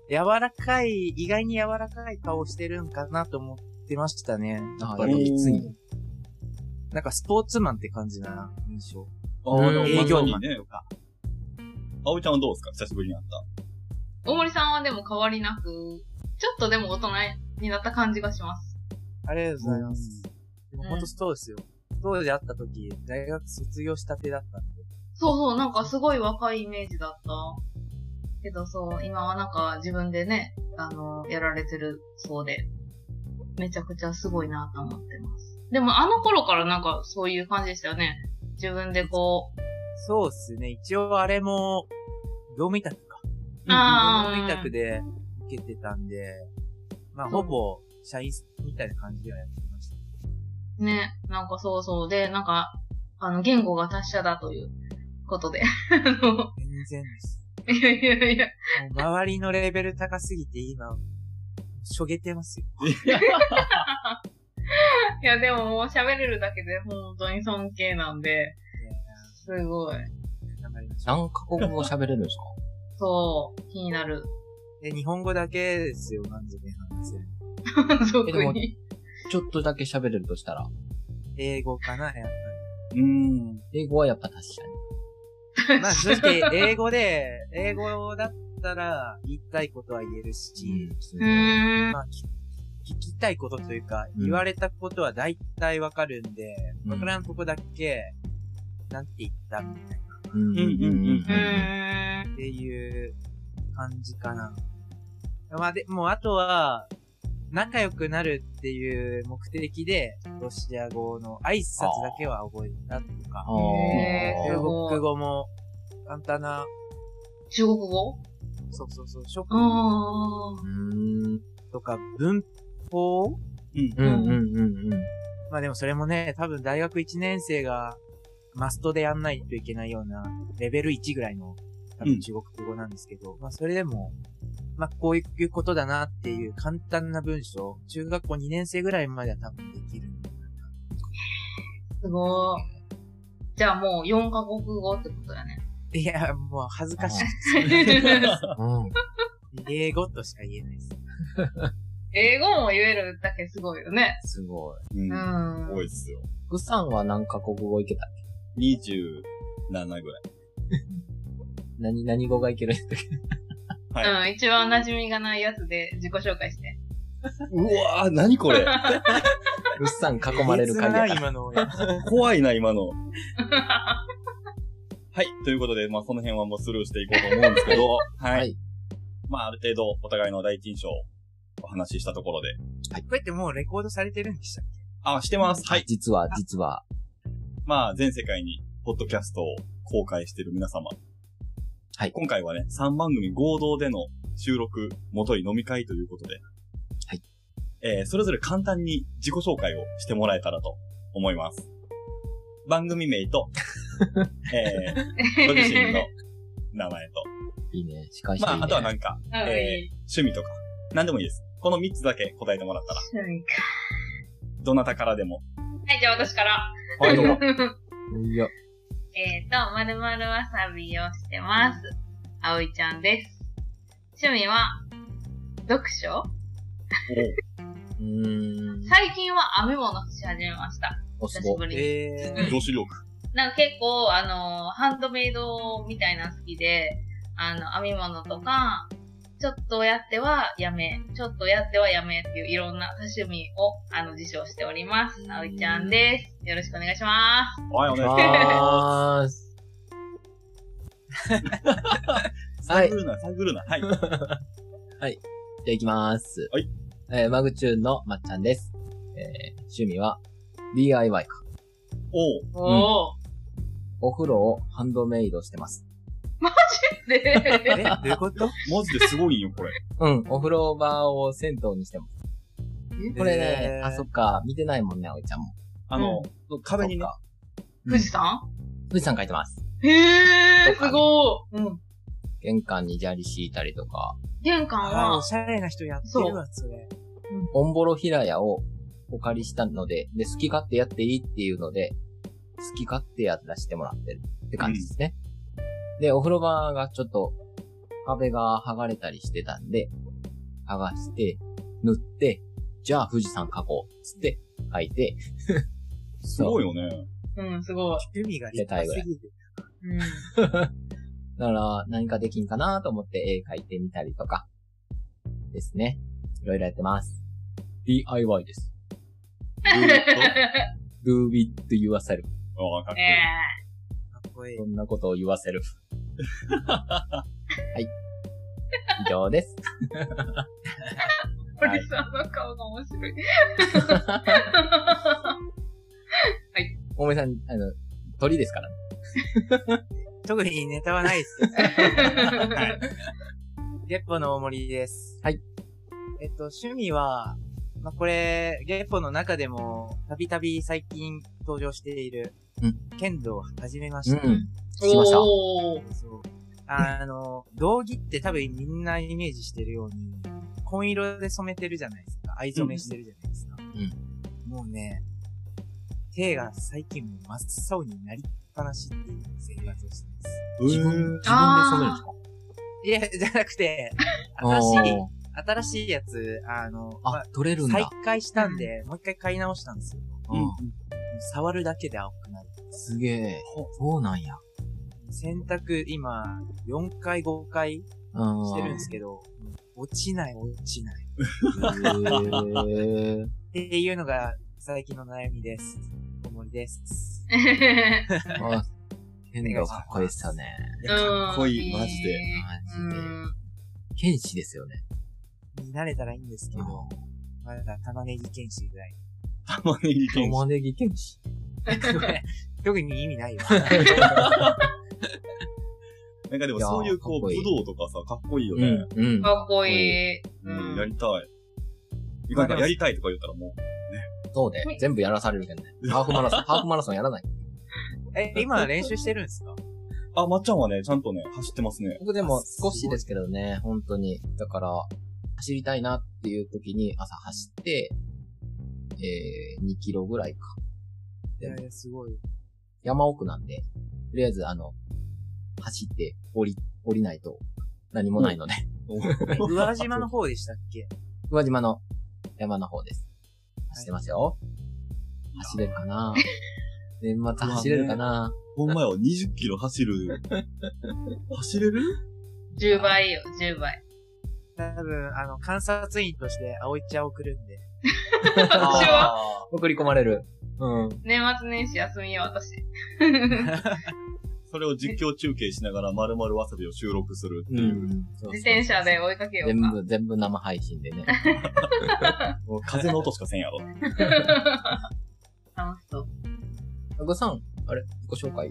[SPEAKER 4] 柔らかい、意外に柔らかい顔してるんかなと思ってましたね。やっぱ
[SPEAKER 3] あやっぱ
[SPEAKER 4] り。
[SPEAKER 3] きつい。
[SPEAKER 4] なんかスポーツマンって感じな印象。
[SPEAKER 1] あーでも
[SPEAKER 3] うん
[SPEAKER 1] ま
[SPEAKER 4] 営
[SPEAKER 1] さ
[SPEAKER 4] 業
[SPEAKER 1] に
[SPEAKER 4] マン
[SPEAKER 1] ね
[SPEAKER 4] と、か。
[SPEAKER 1] 葵ちゃんはどうですか久しぶりに会った。
[SPEAKER 2] *laughs* 大森さんはでも変わりなく、ちょっとでも大人になった感じがします。
[SPEAKER 4] ありがとうございます。でも
[SPEAKER 2] うん
[SPEAKER 4] 本当そうですよ。当時会った時、大学卒業したてだったんで。
[SPEAKER 2] そうそう、なんかすごい若いイメージだった。けどそう、今はなんか自分でね、あの、やられてるそうで、めちゃくちゃすごいなと思ってます。でもあの頃からなんかそういう感じでしたよね。自分でこう、
[SPEAKER 4] そうっすね。一応あれも、業務委託か。
[SPEAKER 2] あー
[SPEAKER 4] 業務委託で受けてたんで、まあほぼ、社員みたいな感じではやってました。
[SPEAKER 2] ね、なんかそうそうで、なんか、あの、言語が達者だということで、あの
[SPEAKER 4] 全然です。
[SPEAKER 2] いやいやいや。
[SPEAKER 4] もう周りのレベル高すぎて今、しょげてますよ。
[SPEAKER 2] いや、でももう喋れるだけで本当に尊敬なんで、すごい。
[SPEAKER 4] 頑張りましょ
[SPEAKER 3] 何カ国語喋れるんですか
[SPEAKER 2] そう、気になる。 *laughs*
[SPEAKER 4] う。で、日本語だけですよ、満足に話せる。
[SPEAKER 2] 特
[SPEAKER 3] でも
[SPEAKER 2] に。
[SPEAKER 3] ちょっとだけ喋れるとしたら。
[SPEAKER 4] 英語かな、やっぱり。
[SPEAKER 1] うん。
[SPEAKER 3] 英語はやっぱ確か *laughs*
[SPEAKER 4] まあ正直、英語で、英語だったら言いたいことは言える
[SPEAKER 3] に。
[SPEAKER 4] し、
[SPEAKER 2] う
[SPEAKER 3] うん。
[SPEAKER 2] ーん。
[SPEAKER 4] まあき聞きたいことというか、
[SPEAKER 3] うん
[SPEAKER 4] 言われたことは大体わかるんで、
[SPEAKER 3] うん
[SPEAKER 4] わからんとこだけ、なんて言ったっ
[SPEAKER 3] うんうんうんうん
[SPEAKER 2] うーん。
[SPEAKER 4] ていう感じかな。まあで、もうあとは、仲良くなるっていう目的で、ロシア語の挨拶だけは覚えたとか、
[SPEAKER 3] あ
[SPEAKER 2] へー
[SPEAKER 4] 中
[SPEAKER 2] すごい
[SPEAKER 3] ー
[SPEAKER 4] 国語も簡単な、
[SPEAKER 2] 中国語
[SPEAKER 4] そうそうそう、職
[SPEAKER 2] あー。
[SPEAKER 3] うん
[SPEAKER 4] とか文法 *laughs*
[SPEAKER 1] うん。
[SPEAKER 3] うんうんうんうん。
[SPEAKER 4] まあでもそれもね、多分大学1年生がマストでやんないといけないようなレベル1ぐらいの多
[SPEAKER 1] う
[SPEAKER 4] 分
[SPEAKER 1] ん
[SPEAKER 4] 中国語なんですけど、まあそれでも、まあこういうことだなっていう簡単な文章、中学校2年生ぐらいまでは多分できる。
[SPEAKER 2] すごい。じゃあもう4カ国語ってことだね。
[SPEAKER 4] いや、もう恥ずかしい。
[SPEAKER 3] うん。
[SPEAKER 4] 英語としか言えないです。
[SPEAKER 2] 英語も言えるだけすごいよね。
[SPEAKER 3] すごい。
[SPEAKER 1] うん
[SPEAKER 2] う。ん。
[SPEAKER 1] 多いっすよ。
[SPEAKER 3] グさんは何カ国語いけたっけ
[SPEAKER 1] 27ぐらい。
[SPEAKER 3] 何、何語がいける
[SPEAKER 1] はい。
[SPEAKER 2] うん、一番馴染みがないやつで自己紹介して。
[SPEAKER 1] うわぁ、なにこれ。
[SPEAKER 3] グさん囲まれる会
[SPEAKER 4] え
[SPEAKER 3] や
[SPEAKER 4] げつな
[SPEAKER 3] から。
[SPEAKER 4] い今の俺。
[SPEAKER 1] 怖いな、今の。はい。ということで、まあ、その辺はもうスルーしていこうと思うんですけど、はい。
[SPEAKER 3] はい
[SPEAKER 1] まあ、ある程度、お互いの第一印象をお話ししたところで。
[SPEAKER 4] こうやってもうレコードされてるんでしたっ
[SPEAKER 1] あ、してます。はい。
[SPEAKER 3] 実は、実は。
[SPEAKER 1] まあ、全世界に、ポッドキャストを公開している皆様。
[SPEAKER 3] はい
[SPEAKER 1] 今回はね、3番組合同での収録、元い飲み会ということで。
[SPEAKER 3] はい。
[SPEAKER 1] えー、それぞれ簡単に自己紹介をしてもらえたらと思います。番組名と、えー、ご自身の名前と。
[SPEAKER 3] いいね。司会者
[SPEAKER 1] ま
[SPEAKER 3] いいね。
[SPEAKER 1] あ、あとはなんか、
[SPEAKER 2] *laughs* うん
[SPEAKER 1] え趣味とか、何でもいいです。この3つだけ答えてもらったら、
[SPEAKER 2] はい
[SPEAKER 1] どなたからでも。
[SPEAKER 2] はい、じゃあ私から。
[SPEAKER 1] あどうも
[SPEAKER 3] いや、
[SPEAKER 2] えっと、まるまるわさびをしてます。あおいちゃんです。趣味は、読書
[SPEAKER 3] うーん。
[SPEAKER 2] 最近は編み物し始めました。
[SPEAKER 3] お、す
[SPEAKER 2] 久し
[SPEAKER 3] ごい。
[SPEAKER 2] ぶり
[SPEAKER 4] け
[SPEAKER 2] に。
[SPEAKER 4] えー、
[SPEAKER 1] 女子力。
[SPEAKER 2] なんか結構、あの、ハンドメイドみたいなの好きで、あの、編み物とか、ちょっとやってはやめ、ちょっとやってはやめっていういろんな多趣味を、あの、自称しております。あおいちゃんです。よろしくお願いします。
[SPEAKER 1] はい、お願いしま
[SPEAKER 3] あーす。
[SPEAKER 1] す。
[SPEAKER 3] はい。
[SPEAKER 1] 探るな、探るな。はい。
[SPEAKER 3] じゃあ行きます。
[SPEAKER 1] はい。
[SPEAKER 3] えーマグチューンのまっちゃんです。えー趣味は DIY か。
[SPEAKER 1] おう
[SPEAKER 2] おー。
[SPEAKER 3] お風呂をハンドメイドしてます。
[SPEAKER 4] え、
[SPEAKER 2] で、
[SPEAKER 4] どういうこと
[SPEAKER 1] マジですごいんよ、これ。
[SPEAKER 3] うん、お風呂場を銭湯にしてます。これね、あ、そっか、見てないもんね、おいちゃんも。
[SPEAKER 1] あの、壁にね
[SPEAKER 3] そっ、か
[SPEAKER 2] 富士山
[SPEAKER 3] 富士山書いてます。
[SPEAKER 2] へ
[SPEAKER 3] とかね
[SPEAKER 2] ごい。うん。
[SPEAKER 3] 玄関に砂利敷いたりとか、
[SPEAKER 2] 玄関
[SPEAKER 4] あー、お
[SPEAKER 2] は、
[SPEAKER 4] しゃれな人やってるわ、それ。
[SPEAKER 3] オンボロ平屋をお借りしたので、で、好き勝手やっていいっていうので、好き勝手やらせてもらってるって感じですね。で、お風呂場がちょっと壁が剥がれたりしてたんで、剥がして、塗って、じゃあ富士山描こう、つって書い *laughs* て、
[SPEAKER 1] すごいよね。
[SPEAKER 2] うん、すごい。
[SPEAKER 4] 趣味が立派すぎる。
[SPEAKER 2] うん。
[SPEAKER 3] だから何かできんかなと思って絵描いてみたりとか、ですね。いろいろやってます。DIY です。
[SPEAKER 1] ルーレッ
[SPEAKER 3] do it yourself.
[SPEAKER 1] トあーかっこいい。
[SPEAKER 2] え
[SPEAKER 4] かっこいい
[SPEAKER 3] そ。んなことを言わ *laughs* せる。はい。以上です。
[SPEAKER 2] ー、堀さんの顔が面白い。
[SPEAKER 3] 大森さん、あの、鳥ですからね。
[SPEAKER 4] 特にネタはないです。ゲッポの大森です。
[SPEAKER 3] はい。
[SPEAKER 4] えっと、趣味は、まあ、これ、ゲッポの中でも、たびたび最近登場している
[SPEAKER 3] うん、
[SPEAKER 4] 剣道を始めま
[SPEAKER 3] う
[SPEAKER 4] した。
[SPEAKER 3] ん。聞きました。
[SPEAKER 2] おー
[SPEAKER 4] そう。あの、道着って多分みんなイメージしてるように、紺色で染めてるじゃないですか。藍染めしてるじゃないですか。
[SPEAKER 3] う
[SPEAKER 4] もうね、手が最近もう真っ青になりっぱなしっていう生活をしてます。
[SPEAKER 3] 自分、
[SPEAKER 1] うん
[SPEAKER 3] 自分で染めるんですか
[SPEAKER 4] いや、じゃなくて、
[SPEAKER 3] *laughs* あ
[SPEAKER 4] 新しい、
[SPEAKER 3] ー
[SPEAKER 4] 新しいやつ、あの、ま
[SPEAKER 3] あ、取れるん
[SPEAKER 4] 再
[SPEAKER 3] だ。
[SPEAKER 4] 開したんで、もう一回買い直したんですよ。
[SPEAKER 1] う
[SPEAKER 3] うんん。
[SPEAKER 4] 触るだけで青くなる。
[SPEAKER 3] すげえ。そうなんや。
[SPEAKER 4] 洗濯今、4回5回
[SPEAKER 3] うん。
[SPEAKER 4] してるんですけど、落ちない落ちない。
[SPEAKER 3] *laughs* へー
[SPEAKER 4] っていうのが最近の悩みです。おもりです。
[SPEAKER 3] あ、剣道かっこいいっすよね。
[SPEAKER 1] いやかっこいい、マジで。
[SPEAKER 3] マジで。剣士ですよね。
[SPEAKER 4] になれたらいいんですけ
[SPEAKER 3] うん
[SPEAKER 4] ど、まだ玉ねぎ剣士ぐ
[SPEAKER 3] *laughs*
[SPEAKER 4] らい。
[SPEAKER 1] 玉ねぎ剣士。
[SPEAKER 3] 玉ねぎ剣士。
[SPEAKER 4] 特に意味ないよ。
[SPEAKER 3] *laughs*
[SPEAKER 1] なんかでもそういうこう、
[SPEAKER 3] いやーかっこい
[SPEAKER 1] 武
[SPEAKER 3] い
[SPEAKER 1] 道とかさ、かっこいいよ
[SPEAKER 3] う
[SPEAKER 1] ね
[SPEAKER 3] ん。。うん。
[SPEAKER 2] かっこいい。
[SPEAKER 1] うん、や
[SPEAKER 2] うん
[SPEAKER 1] りたい。なんかやりたいとか言ったらもう、
[SPEAKER 3] そうで。全部やらされるけどね。ハーフマラソン、ハーフマラソンやらない。
[SPEAKER 4] え、今練習してるんですか
[SPEAKER 1] あ、まっちゃんはね、ちゃんとね、走ってますね。
[SPEAKER 3] 僕でも少しですけどね、本当に。だから、走りたいなっていう時に朝走って、えー、2キロぐらいか。
[SPEAKER 4] いやいや、すごい。
[SPEAKER 3] 山奥なんで、とりあえずあの、走って降り、降りないと何もないので、
[SPEAKER 1] *laughs*
[SPEAKER 4] 宇和島の方でしたっけ
[SPEAKER 3] 宇和島の山の方です。走ってますよ。走れる
[SPEAKER 2] *laughs*
[SPEAKER 3] かな年末走れるかな
[SPEAKER 1] ほんまよ、20キロ走る。走れる
[SPEAKER 2] 10倍よ、10倍。
[SPEAKER 4] 多分、あの、観察員として葵ちゃんを送るんで。
[SPEAKER 2] 私は
[SPEAKER 3] あー送り込まれる。うん。
[SPEAKER 2] 年末年始休みよ、私。
[SPEAKER 1] それを実況中継しながら、まるまるわさびを収録するっていう。
[SPEAKER 3] そうそうそう
[SPEAKER 2] 自転車で追いかけよ
[SPEAKER 3] 全
[SPEAKER 2] うか。
[SPEAKER 3] 部、全部生配信
[SPEAKER 2] *laughs*
[SPEAKER 3] でね。
[SPEAKER 1] もう風の音しかせんやろ。
[SPEAKER 2] 楽しそう。
[SPEAKER 3] タグさん、あれ自己紹介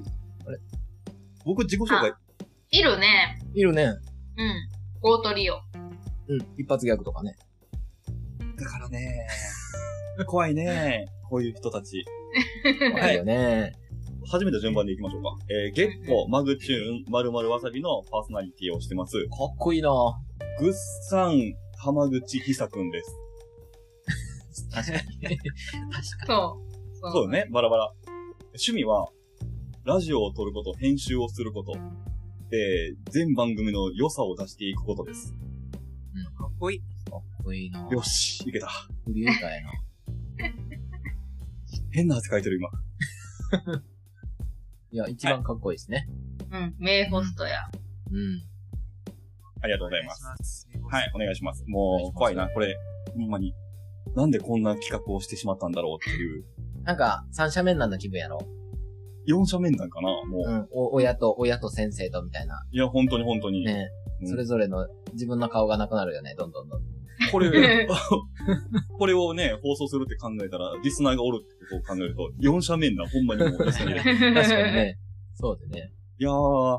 [SPEAKER 1] 僕自己紹介、
[SPEAKER 2] いるね。
[SPEAKER 3] いるね。
[SPEAKER 2] うん。大鳥よ。
[SPEAKER 3] うん。一発ギャグとかね。
[SPEAKER 1] だからね。怖いね。こういう人たち。
[SPEAKER 3] 怖いよね。
[SPEAKER 1] 初めて順番で行きましょうか。えー、ゲッポ、マグチューン、まるまるわさびのパーソナリティをしてます。
[SPEAKER 3] かっこいいな
[SPEAKER 1] ぐっさん、浜口ひさくんです。
[SPEAKER 3] 確かに。
[SPEAKER 2] そう。そ
[SPEAKER 1] そうね、バラバラ。趣味は、ラジオを撮ること、編集をすること。で、全番組の良さを出していくことです。
[SPEAKER 4] かっこいい。
[SPEAKER 3] かっこいいな
[SPEAKER 1] よ。し、いけた。
[SPEAKER 3] フリュータやな。
[SPEAKER 1] 変な汗かいてる今。
[SPEAKER 3] いや、一番かっこいいですね。
[SPEAKER 2] うん。名ホストや。
[SPEAKER 3] うん。
[SPEAKER 1] ありがとう
[SPEAKER 4] お
[SPEAKER 1] ございます。
[SPEAKER 4] す。
[SPEAKER 1] はい、お願いします。もう、
[SPEAKER 3] お願
[SPEAKER 1] 怖
[SPEAKER 3] い
[SPEAKER 1] い
[SPEAKER 3] しま
[SPEAKER 1] な、これ。ほんまに。なんでこんな企画をしてしまったんだろうっていう。
[SPEAKER 3] なんか、三者面談の気分やろ。
[SPEAKER 1] 四者面談かなもう。
[SPEAKER 3] うん。お親と、親と先生とみたいな。
[SPEAKER 1] いや、本当に本当に。
[SPEAKER 3] ね、
[SPEAKER 1] うん
[SPEAKER 3] それぞれの自分の顔がなくなるよね、どんどんどん。
[SPEAKER 1] こ
[SPEAKER 3] *laughs*
[SPEAKER 1] れ、これをね、放送するって考えたら、リスナーがおるってことを考えると、四者面談ほんまにもうです
[SPEAKER 3] *laughs*
[SPEAKER 1] ね。
[SPEAKER 3] 確かにね。そうでね。
[SPEAKER 1] いやー、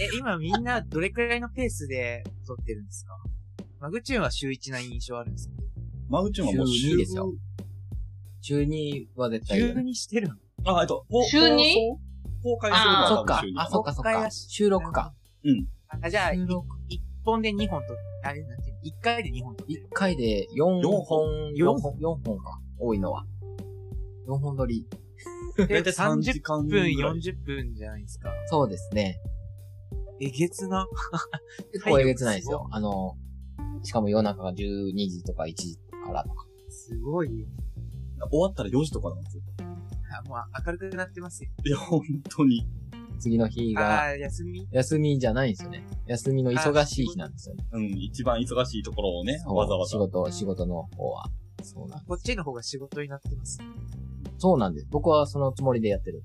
[SPEAKER 4] え、今みんなどれくらいのペースで撮ってるんですかマグチューンは週1な印象あるんですけど。
[SPEAKER 1] マグチューンはもう
[SPEAKER 3] 週二ですよ中2は絶対いる
[SPEAKER 4] 週
[SPEAKER 3] よね。
[SPEAKER 4] にしてるの
[SPEAKER 1] あ、えっと、ほ
[SPEAKER 2] 週二
[SPEAKER 1] 放送公開するのは
[SPEAKER 2] あー
[SPEAKER 1] 多
[SPEAKER 3] そっ
[SPEAKER 1] 分
[SPEAKER 3] か
[SPEAKER 1] 週、二
[SPEAKER 3] あ、そっかそっ
[SPEAKER 4] 公開
[SPEAKER 3] か。
[SPEAKER 4] はし
[SPEAKER 3] 収録か。
[SPEAKER 4] あ、じゃあ、
[SPEAKER 3] 収
[SPEAKER 4] 1
[SPEAKER 3] 録。
[SPEAKER 4] 本で2本撮って、あれなんていうの、1回で2本撮って
[SPEAKER 3] 1
[SPEAKER 4] る。
[SPEAKER 3] 回で4
[SPEAKER 1] 四
[SPEAKER 3] 本、4本、4本か。多いのは。4本撮り。
[SPEAKER 1] 大体3
[SPEAKER 4] 30
[SPEAKER 1] 時間
[SPEAKER 4] 分、
[SPEAKER 1] ぐらい。
[SPEAKER 4] 40分じゃないですか。
[SPEAKER 3] そうですね。
[SPEAKER 4] えげつな。
[SPEAKER 3] 結構えげつないですよ。あの、しかも夜中が12時とか1時からとか。
[SPEAKER 4] すごい。
[SPEAKER 1] 終わったら4時とかなんですよ。
[SPEAKER 4] あもう明るくなってますよ。
[SPEAKER 1] いや、本当に。
[SPEAKER 3] 次の日
[SPEAKER 4] あ
[SPEAKER 3] が、
[SPEAKER 4] ー、休み
[SPEAKER 3] 休みじゃないんですよね。休みの忙しい日なんですよね。
[SPEAKER 1] うん、一番忙しいところをね、
[SPEAKER 3] そう
[SPEAKER 1] わざわ
[SPEAKER 3] 仕
[SPEAKER 1] ざ。
[SPEAKER 3] 事、仕事の方は。そうなん
[SPEAKER 4] こっちの方が仕事になってます。
[SPEAKER 3] そうなんです。僕はそのつもりでやってる。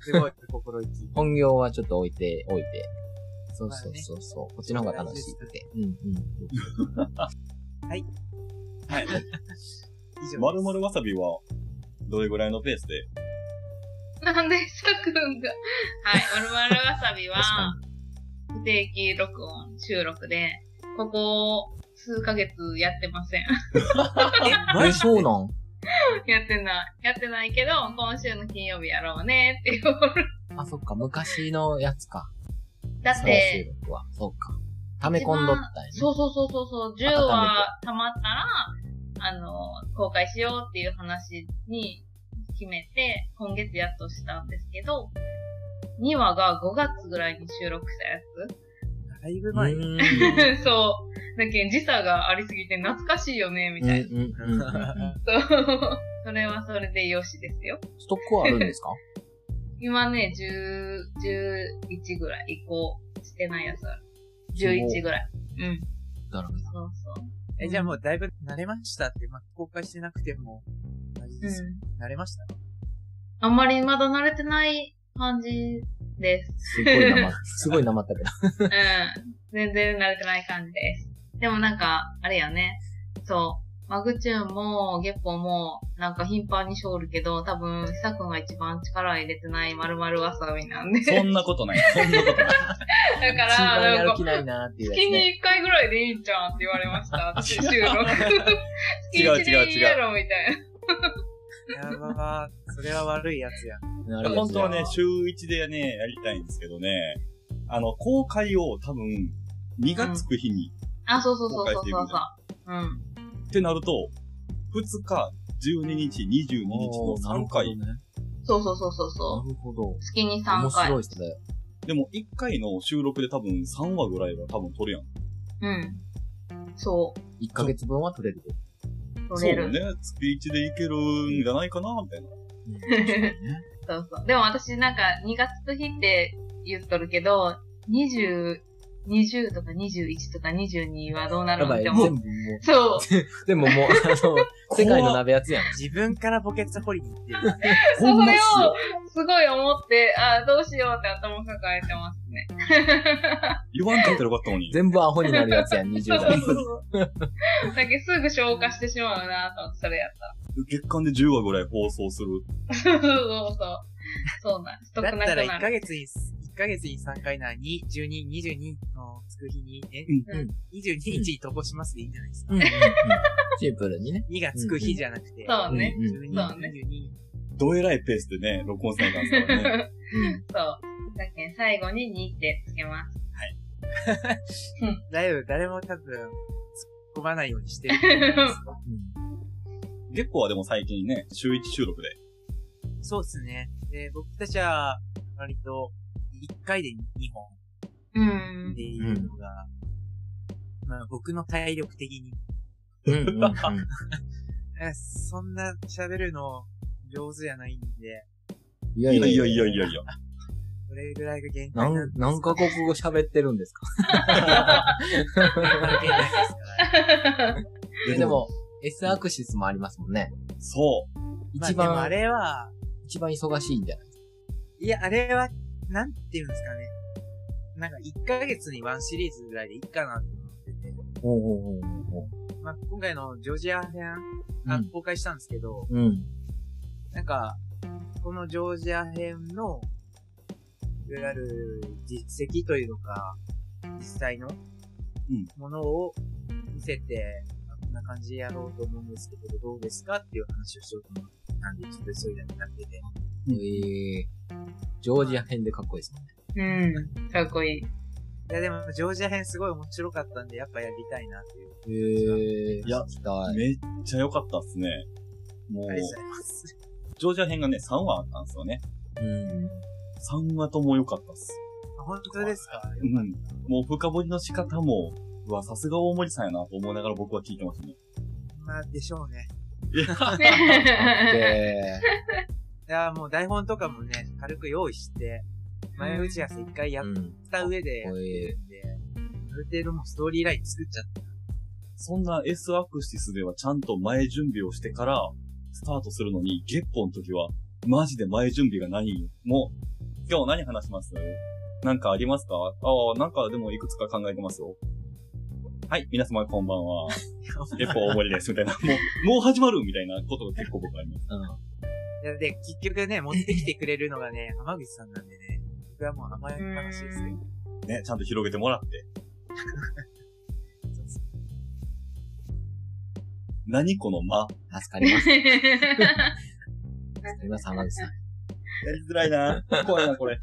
[SPEAKER 4] すごい、 *laughs* 心意気。
[SPEAKER 3] 本業はちょっと置いて、置いて。そうそうそうそう。こっちの方が楽しいって。うんうん。
[SPEAKER 1] はい。
[SPEAKER 4] 以上です。
[SPEAKER 1] まるまるわさびは、どれぐらいのペースで
[SPEAKER 3] *laughs*
[SPEAKER 2] なんでしたくんが。はい、まるまるわさびは
[SPEAKER 3] 確か、
[SPEAKER 2] 不定期録音収録で、ここ数ヶ月やってません。
[SPEAKER 4] え、
[SPEAKER 3] え、
[SPEAKER 4] マジ
[SPEAKER 3] そうなん
[SPEAKER 2] *laughs* やってない。やってないけど、 *laughs* 今週の金曜日やろうねっていう。
[SPEAKER 3] あ、そっか、昔のやつか。
[SPEAKER 2] だっ
[SPEAKER 3] 再
[SPEAKER 2] て、
[SPEAKER 3] 収録は。そうか。溜め込んどったんやね。
[SPEAKER 2] そうそうそうそうそう、10話溜まったら、あの、公開しようっていう話に決めて、今月やっとしたんですけど、2話が5月ぐらいに収録したや
[SPEAKER 4] だいぶ前。
[SPEAKER 3] うん。
[SPEAKER 2] つそう。だけど時差がありすぎて懐かしいよ *laughs* ね、みたい
[SPEAKER 3] うんうんうん。
[SPEAKER 2] な。 *laughs* そう。それはそれでよしですよ。
[SPEAKER 3] ストックはあるんですか
[SPEAKER 2] 今ね、10、11ぐらい移行してないやつある。11ぐらい。うん。
[SPEAKER 3] なるほど。
[SPEAKER 2] そうそう。
[SPEAKER 4] *laughs* え、じゃあもうだいぶ慣れましたって、まあ、公開してなくても、大丈夫です
[SPEAKER 2] うん。
[SPEAKER 4] 慣れました
[SPEAKER 2] あんまりまだ慣れてない感じです。
[SPEAKER 3] すごいなま、すごいなまったけど。
[SPEAKER 2] うん。全然慣れてない感じです。でもなんか、あれやね。そう。マグチューンも、ゲッポーも、なんか頻繁にしょるけど、多分、ひさくんが一番力入れてない丸々わさびなんで。
[SPEAKER 1] そんなことない。 *laughs* そんなことない。
[SPEAKER 2] だか
[SPEAKER 3] 一
[SPEAKER 2] ら、
[SPEAKER 3] 番や
[SPEAKER 2] なん
[SPEAKER 3] る
[SPEAKER 2] か
[SPEAKER 3] 気、ないなーっていうやつ
[SPEAKER 2] 月
[SPEAKER 3] ね。
[SPEAKER 2] に1回ぐらいでいいんじゃんって言われま
[SPEAKER 3] *laughs*
[SPEAKER 2] した。収録。月
[SPEAKER 1] 違う違う違う
[SPEAKER 2] 1でいいやろみたいな。
[SPEAKER 4] やばば、それは悪いやつや。
[SPEAKER 3] なるほど
[SPEAKER 1] 本当はね、週1でね、やりたいんですけどね、あの、公開を多分、2がつく日に、
[SPEAKER 2] あ、そうそうそうそうそうそう。うん。
[SPEAKER 1] ってなると、2日、12日、22日の3回、
[SPEAKER 3] なる
[SPEAKER 2] そうそうそうそう
[SPEAKER 3] ほ
[SPEAKER 2] そ
[SPEAKER 3] どね。なるほど
[SPEAKER 2] う。。月に
[SPEAKER 3] 面
[SPEAKER 2] 3回。
[SPEAKER 3] 白
[SPEAKER 2] う
[SPEAKER 3] いっすね。
[SPEAKER 1] でも1回の収録で多分3話ぐらいは多分撮るやん。
[SPEAKER 2] ん。そう。
[SPEAKER 3] 1ヶ月分は取れる。
[SPEAKER 2] 取
[SPEAKER 1] そ
[SPEAKER 2] れ
[SPEAKER 1] う
[SPEAKER 2] る。
[SPEAKER 1] ね、月1でいけるんじゃないかな、みたいな。
[SPEAKER 2] *laughs* そうそう。でも私なんか2月の日って言っとるけど、20、20とか21とか22はどうなる
[SPEAKER 3] や
[SPEAKER 2] の
[SPEAKER 3] ば
[SPEAKER 2] って
[SPEAKER 3] い、全
[SPEAKER 2] 思
[SPEAKER 3] 部
[SPEAKER 2] う。
[SPEAKER 3] もう、
[SPEAKER 2] そう。
[SPEAKER 3] でももう、あの、世界の鍋やつやん。
[SPEAKER 4] 自分からボケツ掘りに行ってる。
[SPEAKER 2] それ
[SPEAKER 1] ほんまっすよ
[SPEAKER 2] をすごい思って、あーどうしようって頭抱えてますね。
[SPEAKER 1] 言わんかったらよかったのに。
[SPEAKER 3] 全部アホになるやつやん、20
[SPEAKER 2] そうそう
[SPEAKER 3] 代。
[SPEAKER 2] そうそう。だけどすぐ消化してしまうなと思って、それやったら。
[SPEAKER 1] 月間で10話ぐらい放送する。
[SPEAKER 2] そうそうそう。 *laughs* そうなん。ストッ
[SPEAKER 4] だ
[SPEAKER 2] ク
[SPEAKER 4] っ
[SPEAKER 2] な
[SPEAKER 4] た
[SPEAKER 2] く
[SPEAKER 4] ら
[SPEAKER 2] な
[SPEAKER 4] 1
[SPEAKER 2] る。
[SPEAKER 4] ヶ月に、1ヶ月に3回なら2、12、22のつく日に、え
[SPEAKER 1] うん
[SPEAKER 2] うん
[SPEAKER 4] ?22 日に投稿しますでいいんじゃないですか。
[SPEAKER 3] うんうんうんシンプルにね。
[SPEAKER 4] 2がつく日じゃなくて。
[SPEAKER 2] そうね。
[SPEAKER 3] うんうん
[SPEAKER 4] 12、
[SPEAKER 2] そうね
[SPEAKER 4] 22。
[SPEAKER 1] どえらいペースでね、録音せないかんすからね。
[SPEAKER 3] うん
[SPEAKER 2] *laughs* そう。だけど最後に2ってつけます。
[SPEAKER 4] だいぶ誰も多分、突っ込まないようにしてると
[SPEAKER 2] *laughs*
[SPEAKER 4] 思います。
[SPEAKER 1] 結構はでも最近ね、週1収録で。
[SPEAKER 4] そうですね。で、僕たちは、割と、1回で2本
[SPEAKER 2] うん
[SPEAKER 4] っ。ていうのが、まあ僕の体力的に、
[SPEAKER 3] うんうんうんうん
[SPEAKER 4] えそんな喋るの上手じゃないんで、
[SPEAKER 3] いや
[SPEAKER 1] い
[SPEAKER 3] い
[SPEAKER 1] や
[SPEAKER 3] や
[SPEAKER 1] い
[SPEAKER 3] い
[SPEAKER 1] や
[SPEAKER 3] や
[SPEAKER 1] い
[SPEAKER 3] い
[SPEAKER 1] や
[SPEAKER 3] や。
[SPEAKER 1] いやいや。
[SPEAKER 4] これぐらいが限界な
[SPEAKER 3] 何
[SPEAKER 4] ん、で
[SPEAKER 3] 何カ国語喋ってるんですか
[SPEAKER 4] 関係ないですから。
[SPEAKER 3] えでも、S アクシスもありますもんね。
[SPEAKER 1] そう。
[SPEAKER 4] まあで
[SPEAKER 3] 一
[SPEAKER 4] もあ
[SPEAKER 3] 番、
[SPEAKER 4] れは、
[SPEAKER 3] 一番忙しいんじゃない
[SPEAKER 4] いや、あれは、なんていうんですかね。なんか1ヶ月に1シリーズぐらいでいいかなと思ってて。
[SPEAKER 3] おおおお
[SPEAKER 4] まあ、今回のジョージア編、
[SPEAKER 3] う
[SPEAKER 4] あ
[SPEAKER 3] ん
[SPEAKER 4] 公開したんですけど、
[SPEAKER 3] うん。
[SPEAKER 4] なんか、このジョージア編の、いわゆる実績というのか、実際の
[SPEAKER 1] うん
[SPEAKER 4] ものを見せて、あこんな感じでやろうと思うんですけど、どうですかっていう話をしようと思ったんで、ちょっと急いだになってて。
[SPEAKER 3] ええジョージア編でかっこいいですもんね。
[SPEAKER 2] うん。かっこいい。
[SPEAKER 4] いや、でも、ジョージア編すごい面白かったんで、やっぱやりたいなっていう。
[SPEAKER 3] へえ
[SPEAKER 1] いや
[SPEAKER 3] 聞きたい。
[SPEAKER 1] めっちゃ良かったっすね。もう
[SPEAKER 4] あ、りがとうございます。 *laughs*
[SPEAKER 1] ジョージア編がね、3話あったんですよね。
[SPEAKER 3] うん。
[SPEAKER 1] 3話とも良かったっす。
[SPEAKER 4] あ本当ですか
[SPEAKER 1] う
[SPEAKER 4] よかっ
[SPEAKER 1] ん。もう深掘りの仕方も、うわ、さすが大森さんやなと思いながら僕は聞いてましたね。
[SPEAKER 4] た。まあ、でしょうね。
[SPEAKER 3] え
[SPEAKER 4] いや、もう台本とかもね、軽く用意して、前
[SPEAKER 2] *laughs*
[SPEAKER 4] 打ち合わせ一回や
[SPEAKER 3] ー
[SPEAKER 4] っ
[SPEAKER 3] うん。
[SPEAKER 4] た上でやってるんで、ある程度もうストーリーライン作っちゃっ
[SPEAKER 1] そんな S アクシスではちゃんと前準備をしてから、スタートするのに、月歩の時は、マジで前準備がないんよもう、今日何話しますなんかありますかああ、なんかでもいくつか考えてますよ。はい、皆様こんばんは。月歩大森です。みたいな。もう、もう始まるみたいなことが結構僕あります。
[SPEAKER 4] いやで、結局ね、持ってきてくれるのが
[SPEAKER 1] *laughs*
[SPEAKER 4] ね、浜口さんなんでね、僕はもう甘えっぱなしですよ。
[SPEAKER 1] ね、ちゃんと広げてもらって。何この間
[SPEAKER 3] 助かります。
[SPEAKER 2] うん
[SPEAKER 3] 今、浜口さん。
[SPEAKER 1] やりづらいな。怖いな、これ。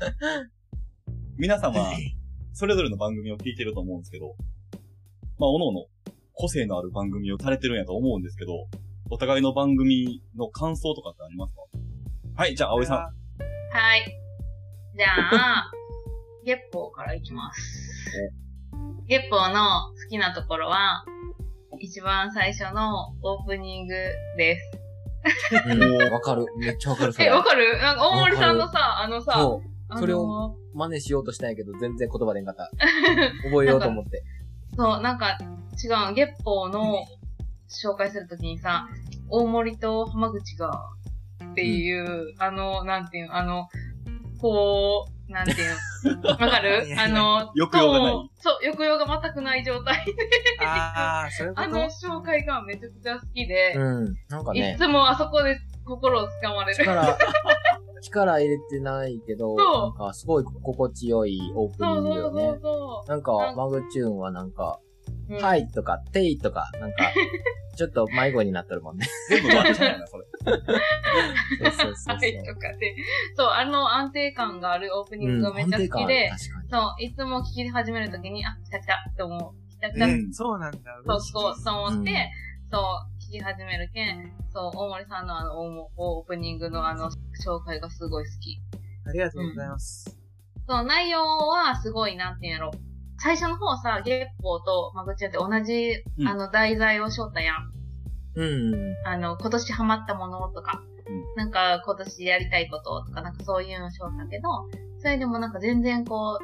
[SPEAKER 1] 皆様、それぞれの番組を聞いてると思うんですけど、まあ、おのおの、個性のある番組をされてるんやと思うんですけど、お互いの番組の感想とかってありますかはい、じゃあ、葵さん。
[SPEAKER 2] はい。じゃあ、月報からいきます。月報の好きなところは、一番最初のオープニングです。
[SPEAKER 3] うんわかる。めっちゃわかる、そ
[SPEAKER 2] え、
[SPEAKER 3] れ。
[SPEAKER 2] わかるなんか大森さんのさ、あのさ、
[SPEAKER 3] そう。
[SPEAKER 2] あの
[SPEAKER 3] それを真似しようとしたんやけど、全然言葉でんか
[SPEAKER 2] *laughs*
[SPEAKER 3] った。覚えようと思って。
[SPEAKER 2] そう、なんか、違う、月報の紹介するときにさ、大森と浜口が、っていう、あの、なんていうの、あの、こう、なんていう
[SPEAKER 3] *laughs*
[SPEAKER 2] の、わかるあの、
[SPEAKER 1] 抑揚がない
[SPEAKER 2] トーンそう、抑揚が全くない状態。
[SPEAKER 4] ああ、そういう
[SPEAKER 2] *laughs*
[SPEAKER 4] こ
[SPEAKER 2] あ
[SPEAKER 4] と
[SPEAKER 2] の紹介がめちゃくちゃ好きで、
[SPEAKER 3] うん。なんか
[SPEAKER 2] い
[SPEAKER 3] ね、
[SPEAKER 2] つもあそこで心をつかまれる。
[SPEAKER 3] 力、 *laughs* 力入れてないけど、
[SPEAKER 2] そ
[SPEAKER 3] なんかすごい心地よいオープ
[SPEAKER 2] そ
[SPEAKER 3] ニ
[SPEAKER 2] う
[SPEAKER 3] ング
[SPEAKER 2] そう
[SPEAKER 3] よ
[SPEAKER 2] そ
[SPEAKER 3] ね
[SPEAKER 2] う。そ
[SPEAKER 3] なんか、マグチューンはなんか、
[SPEAKER 2] う。うん
[SPEAKER 3] はいとか、ていとか、なん
[SPEAKER 2] *laughs*
[SPEAKER 3] か、ちょっと迷子になってるもんね。
[SPEAKER 1] 全部抹茶やな、それ。
[SPEAKER 3] そうそうそ
[SPEAKER 2] *laughs*
[SPEAKER 3] う
[SPEAKER 2] はい、とかで。そう、あの安定感があるオープニ
[SPEAKER 3] う
[SPEAKER 2] ン
[SPEAKER 3] ん、
[SPEAKER 2] グがめっちゃ
[SPEAKER 3] 安定
[SPEAKER 2] 好き
[SPEAKER 3] 感ある
[SPEAKER 2] で、
[SPEAKER 3] 確かに。
[SPEAKER 2] そう、いつも聞き始めるときに、あ、来た来たって思う。来た来た、
[SPEAKER 1] うん
[SPEAKER 4] そうなんだ。
[SPEAKER 2] そう
[SPEAKER 4] 嬉しい
[SPEAKER 2] そう、と思って、
[SPEAKER 3] うん
[SPEAKER 2] そう、聞き始めるけん、そう、大森さんのあの、オーオープニングのあの、紹介がすごい好き。
[SPEAKER 4] ありがとうございます。
[SPEAKER 2] そう、内容はすごい、なんていうんやろ。最初の方さ、月報とマグチュって同じ、
[SPEAKER 1] うん
[SPEAKER 2] あの、題材をしょったやん。
[SPEAKER 3] うん。
[SPEAKER 2] あの、今年ハマったものとか、
[SPEAKER 1] う
[SPEAKER 2] なんか今年やりたいこととか、なんかそういうのしようだけど、それでもなんか全然こ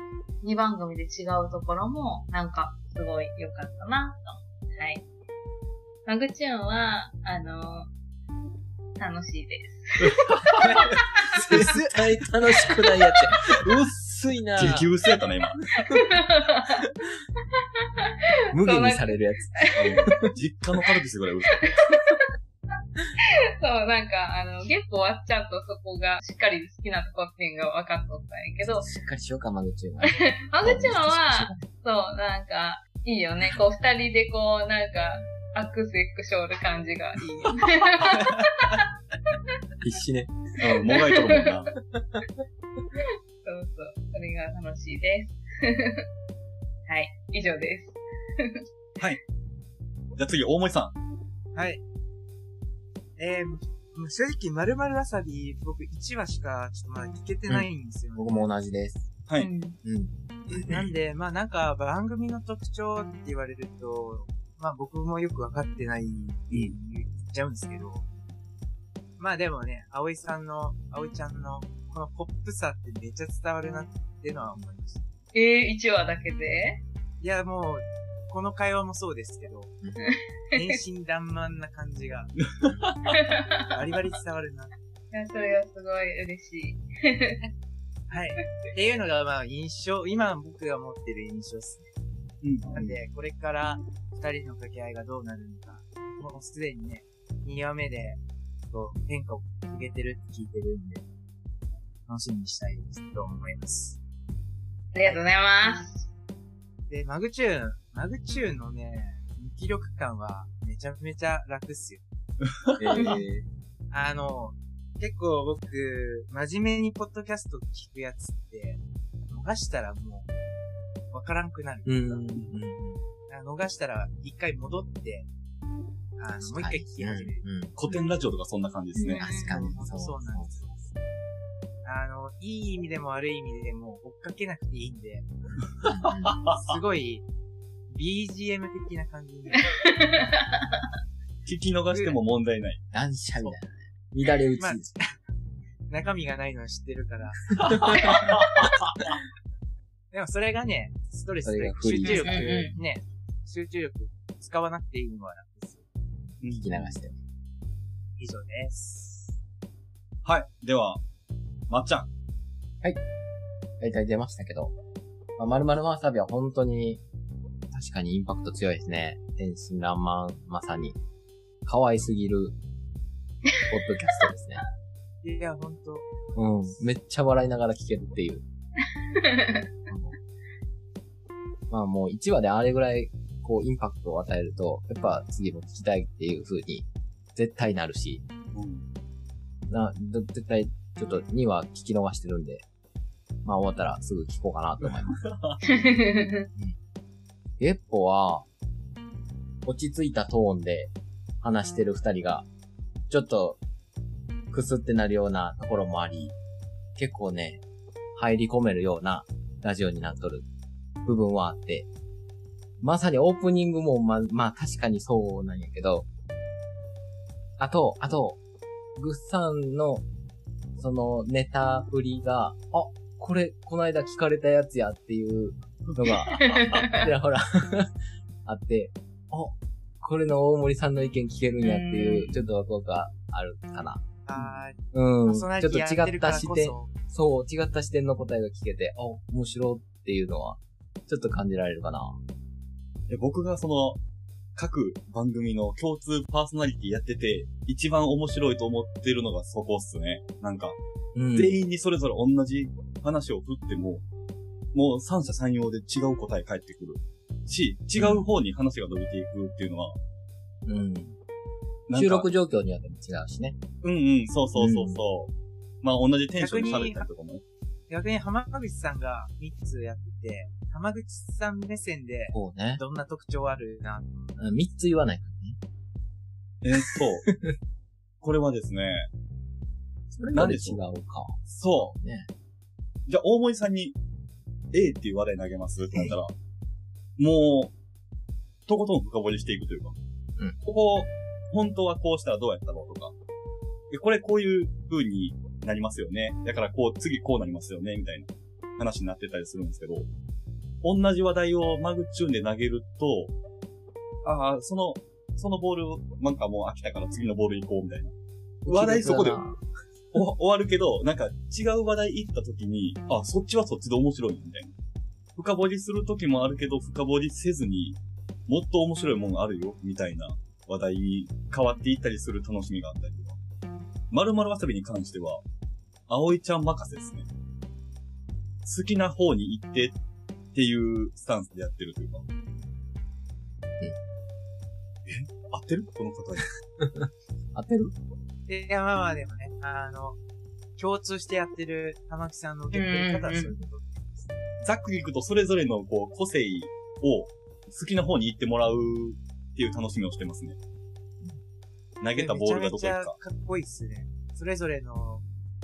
[SPEAKER 2] う、2番組で違うところも、なんかすごい良かったな、と。はい。マグチューンは、あの楽しいです。
[SPEAKER 3] 絶対楽しくないやつや。うっすいな
[SPEAKER 1] 激急薄やったな、今。
[SPEAKER 3] 無限にされるや *laughs* つ。
[SPEAKER 1] 実家のカルピスぐらい薄かった。
[SPEAKER 2] そう、なんか、あの、結構はちゃんとそこがしっかり好きなとこっていうのが分かっとったんやけど、
[SPEAKER 3] しっかりしようか、マグチューンは。
[SPEAKER 2] マグチューンは、そう、なんか、いいよね。こう、二人でこう、なんか、アクセックショーる感じ
[SPEAKER 1] *laughs*
[SPEAKER 2] がいいよね。
[SPEAKER 3] 必死ね。
[SPEAKER 1] うん、もがいとるもんな。
[SPEAKER 2] そうそう。それが楽しいです。 *laughs* はい。以上です。
[SPEAKER 1] じゃあ次、大森さん。
[SPEAKER 4] はい。えー、もう正直、まるまるわさび、僕1話しか、ちょっとまだ聞けてないんですよね。
[SPEAKER 3] 僕も同じです。
[SPEAKER 1] はい
[SPEAKER 2] うん。
[SPEAKER 3] うん。
[SPEAKER 4] なんで、まあなんか番組の特徴って言われると、まあ僕もよくわかってないって言っちゃうんですけど、まあでもね、葵さんの、葵ちゃんのこのポップさってめっちゃ伝わるなっていうのは思いました。い
[SPEAKER 2] えー、1話だけで
[SPEAKER 4] やもう、この会話もそうですけど、天真爛漫な感じが、バリバリ伝わるな。
[SPEAKER 2] *laughs* いや、それはすごい嬉しい。
[SPEAKER 4] はい。っていうのがまあ印象、今僕が持ってる印象ですね。
[SPEAKER 1] うん。
[SPEAKER 4] なんで、これから二人の掛け合いがどうなるのか、もうすでにね、2話目で、こう、変化を遂げてるって聞いてるんで、楽しみにしたいと思います。
[SPEAKER 2] ありがとうございます。
[SPEAKER 4] で、マグチューン、マグチューンのね、無気力感はめちゃめちゃ楽っすよ。
[SPEAKER 3] えー
[SPEAKER 4] あの、結構僕、真面目にポッドキャスト聞くやつって、逃したらもう、わからんくなる。
[SPEAKER 3] うんうん
[SPEAKER 4] あ逃したら一回戻って、あの、もう一回聞き始める。
[SPEAKER 3] うん。
[SPEAKER 1] 古典ラジオとかそんな感じですね。
[SPEAKER 3] 確かに。
[SPEAKER 4] そうそうなんです。あの、いい意味でも悪い意味でも追っかけなくていいんで、すごい BGM 的な感じに。
[SPEAKER 1] 聞き逃しても問題ない。
[SPEAKER 3] 乱射みたいな。乱れ打ち。
[SPEAKER 4] まあ中身がないのは知ってるから。でもそれがね、ストレス
[SPEAKER 3] そ
[SPEAKER 4] とい
[SPEAKER 3] れ
[SPEAKER 4] う
[SPEAKER 3] が
[SPEAKER 4] か
[SPEAKER 3] 不利
[SPEAKER 4] 集中力、
[SPEAKER 2] うんう
[SPEAKER 4] ね、集中力使わなくていいのは楽ですよ。
[SPEAKER 3] 聞き流して。
[SPEAKER 4] 以上です。
[SPEAKER 1] はい。では、まっちゃん。
[SPEAKER 3] 大体出ましたけど。まあ、まるまるわさびは本当に、確かにインパクト強いですね。天真爛漫、まさに。可愛すぎる、ポッドキャストですね。
[SPEAKER 4] いや、ほんと、
[SPEAKER 3] うん。めっちゃ笑いながら聞けるっていう。まあもう1話であれぐらい、こう、インパクトを与えると、やっぱ次も聞きたいっていう風に、絶対なるし、な、ど絶対、ちょっと2話聞き逃してるんで、まあ終わったらすぐ聞こうかなと思います。ゲッポは、落ち着いたトーンで話してる二人が、ちょっと、くすってなるようなところもあり、結構ね、入り込めるようなラジオになっとる部分はあって、まさにオープニングもま、まあ確かにそうなんやけど、あと、あと、ぐっさんの、そのネタ振りが、あ、これ、こないだ聞かれたやつやっていうのが、ちらほ *laughs* らあって、お、これの大森さんの意見聞けるんやっていうう、ちょっとワクワクがあるかな。
[SPEAKER 4] あーパ
[SPEAKER 3] う
[SPEAKER 4] ー
[SPEAKER 3] ん。ち
[SPEAKER 4] ソ
[SPEAKER 3] ょ
[SPEAKER 4] ナ
[SPEAKER 3] っ
[SPEAKER 4] リ
[SPEAKER 3] と
[SPEAKER 4] ティ
[SPEAKER 3] 違
[SPEAKER 4] やってる
[SPEAKER 3] っ
[SPEAKER 4] か
[SPEAKER 3] た
[SPEAKER 4] ら
[SPEAKER 3] 視
[SPEAKER 4] こ
[SPEAKER 3] 点、
[SPEAKER 4] そ。
[SPEAKER 3] そう、違った視点の答えが聞けて、あ、面白っていうのは、ちょっと感じられるかな。
[SPEAKER 1] え僕がその、各番組の共通パーソナリティやってて、一番面白いと思ってるのがそこっすね。なんか、
[SPEAKER 3] うん。
[SPEAKER 1] 全員にそれぞれ同じ話を振っても、もう三者三様で違う答え返ってくる。し、違う方に話が伸びていくっていうのは、
[SPEAKER 3] うん。
[SPEAKER 1] なんか
[SPEAKER 3] 収録状況によっても違うしね。
[SPEAKER 1] うんうん、そうそうそうそう。まあ同じテンションで喋ったりとかもね。
[SPEAKER 4] 逆に浜口さんが3つやってて、浜口さん目線で
[SPEAKER 3] こうね。
[SPEAKER 4] どんな特徴あるなって
[SPEAKER 3] うん三つ言わないから
[SPEAKER 1] え
[SPEAKER 3] ね。
[SPEAKER 1] ーっと、これはですね、
[SPEAKER 3] それぞれ
[SPEAKER 1] なんでし
[SPEAKER 3] 違
[SPEAKER 1] ょう
[SPEAKER 3] うか。
[SPEAKER 1] そう。
[SPEAKER 3] ね。
[SPEAKER 1] じゃあ、大森さんに、A っていう話題投げますってなったら、もう、とことん深掘りしていくというか、
[SPEAKER 3] うん
[SPEAKER 1] ここ、本当はこうしたらどうやったろうとか、でこれこういう風になりますよね。だからこう、次こうなりますよね、みたいな話になってたりするんですけど、同じ話題をマグチューンで投げると、ああ、その、そのボールを、なんかもう飽きたから次のボール行こう、みたいな。話題そこで
[SPEAKER 3] 複雑だな
[SPEAKER 1] お終わるけど、なんか違う話題行った時に、あ、そっちはそっちで面白いみたいな。深掘りする時もあるけど、深掘りせずに、もっと面白いもんあるよ、みたいな話題に変わっていったりする楽しみがあったりとか。まるまるわさびに関しては、葵ちゃん任せですね。好きな方に行ってっていうスタンスでやってるというか。え合ってるこの方に。
[SPEAKER 3] 当てる
[SPEAKER 4] で、いや、まあまあでもね、あの、共通してやってる玉木さんの受け取り方はそういうこと。
[SPEAKER 1] ざっくりいくとそれぞれのこう個性を好きな方に行ってもらうっていう楽しみをしてますね。投げたボールがどこ行くか。
[SPEAKER 4] めちゃめちゃかっこいいっすね。それぞれの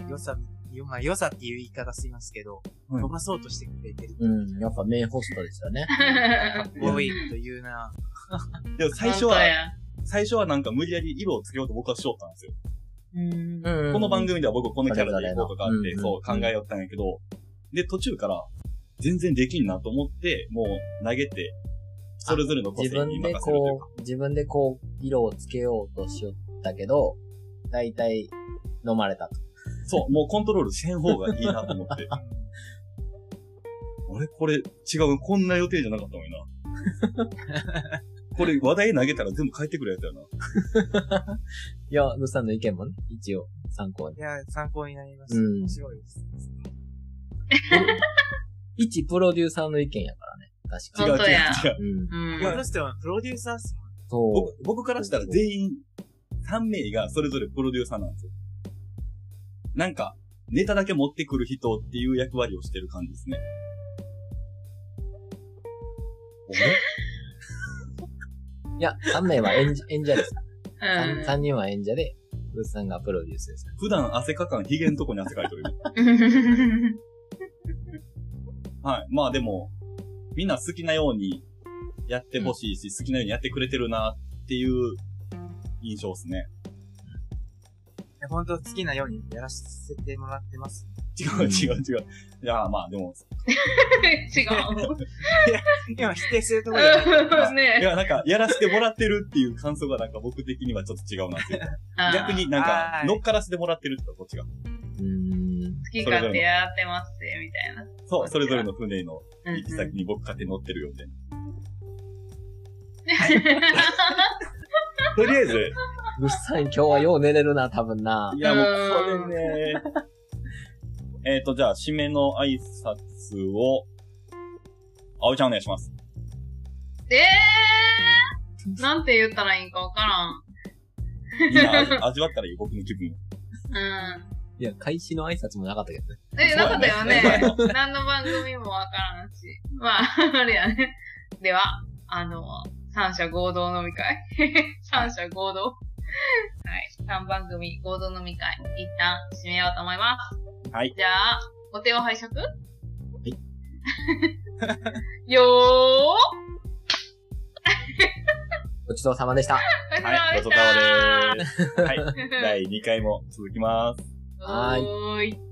[SPEAKER 4] 良さ、よまあ良さっていう言い方すいますけど、
[SPEAKER 1] うん
[SPEAKER 4] 伸ばそうとしてくれてる。
[SPEAKER 3] うん。やっぱ名ホストですよね。
[SPEAKER 4] かっこいいというな。
[SPEAKER 1] でも *laughs* 最初
[SPEAKER 2] 本当
[SPEAKER 1] は、
[SPEAKER 2] や
[SPEAKER 1] 最初はなんか無理やり色をつけようと僕はしよったんですよ。
[SPEAKER 2] うん。
[SPEAKER 3] うん
[SPEAKER 1] この番組では僕このキャラで行こうとかあっ
[SPEAKER 3] それ
[SPEAKER 1] て
[SPEAKER 3] ぞれ、の
[SPEAKER 1] そう考えよったんやけど、で、途中から全然できんなと思って、もう投げて、それぞれの個性
[SPEAKER 3] 自
[SPEAKER 1] に
[SPEAKER 3] 分で
[SPEAKER 1] 任せるというか
[SPEAKER 3] こ。う、自分でこう、色をつけようとしよったけど、だいたい飲まれたと。
[SPEAKER 1] そう、もうコントロールせん方がいいなと思って。あれこれ違う、こんな予定じゃなかったのにな。これ話題投げたら全部帰ってくるやつやな。
[SPEAKER 3] いや、ルさんの意見もね、一応、参考に
[SPEAKER 4] い。や、参考になります。
[SPEAKER 3] うん
[SPEAKER 4] 面白いです。
[SPEAKER 3] 一プロデューサーの意見やからね。確か
[SPEAKER 1] 違う
[SPEAKER 2] 本当
[SPEAKER 1] 違
[SPEAKER 2] や
[SPEAKER 1] う違う。
[SPEAKER 3] に。うん。
[SPEAKER 2] うん。
[SPEAKER 4] 僕としてはプロデューサーっすもん。
[SPEAKER 3] そ
[SPEAKER 1] 僕僕からしたら全員3名がそれぞれプロデューサーなんですよ。なんか、ネタだけ持ってくる人っていう役割をしてる感じですね。
[SPEAKER 3] う。いや、3名
[SPEAKER 1] *laughs*
[SPEAKER 3] は演者、演者です。
[SPEAKER 2] うん *laughs*
[SPEAKER 3] 3, 人は演者で、ルさんがプロデュースです。
[SPEAKER 1] 普段汗かかん、ヒゲんとこに汗かいてる。はい。まあでも、みんな好きなようにやってほしいし、好きなようにやってくれてるなっていう印象ですね。
[SPEAKER 4] いや本当好きなようにやらせてもらってます。
[SPEAKER 1] 違う違う違う。いや、まあでも、
[SPEAKER 2] 違
[SPEAKER 4] *laughs*
[SPEAKER 2] う。
[SPEAKER 4] 今否定するところじゃないから。
[SPEAKER 1] い
[SPEAKER 2] *laughs* ね
[SPEAKER 1] や、なんか、やらせてもらってるっていう感想がなんか僕的にはちょっと違うなっていうか。
[SPEAKER 2] あー
[SPEAKER 1] 逆になんか
[SPEAKER 4] は、い
[SPEAKER 1] 乗っからせてもらってるってこっちが。
[SPEAKER 3] うーん。
[SPEAKER 2] 好き勝手やってますぜ、みたいな。
[SPEAKER 1] そう、それぞれの船の
[SPEAKER 2] うん
[SPEAKER 1] 行き先に僕勝手に乗ってるよみたいな。とりあえず、
[SPEAKER 3] ルさん今日はよう寝れるな、多分な。
[SPEAKER 1] いや、もう
[SPEAKER 2] うん
[SPEAKER 1] これね。えっと、じゃあ、締めの挨拶を、葵ちゃんお願いします。
[SPEAKER 2] *laughs* えーなんて言ったらいいんかわか
[SPEAKER 1] みんな味味わったらいい、僕の気分を。
[SPEAKER 2] らん。うん。
[SPEAKER 3] いや、開始の挨拶もなかったけどね。
[SPEAKER 2] え、なかったよね。何の番組もわからんし。まあ、 *laughs* あれやね。では、あの、三者合同飲み会 *laughs* 三者合同はい。三番組合同飲み会、一旦締めようと思います。
[SPEAKER 1] はい。
[SPEAKER 2] じゃあ、お手を拝借はい *laughs* よー
[SPEAKER 3] ごちそうさまでした。
[SPEAKER 1] はい、ごちそうさまでーす。はい、第2回も続きます。
[SPEAKER 2] は *laughs*
[SPEAKER 3] はい
[SPEAKER 2] ーい。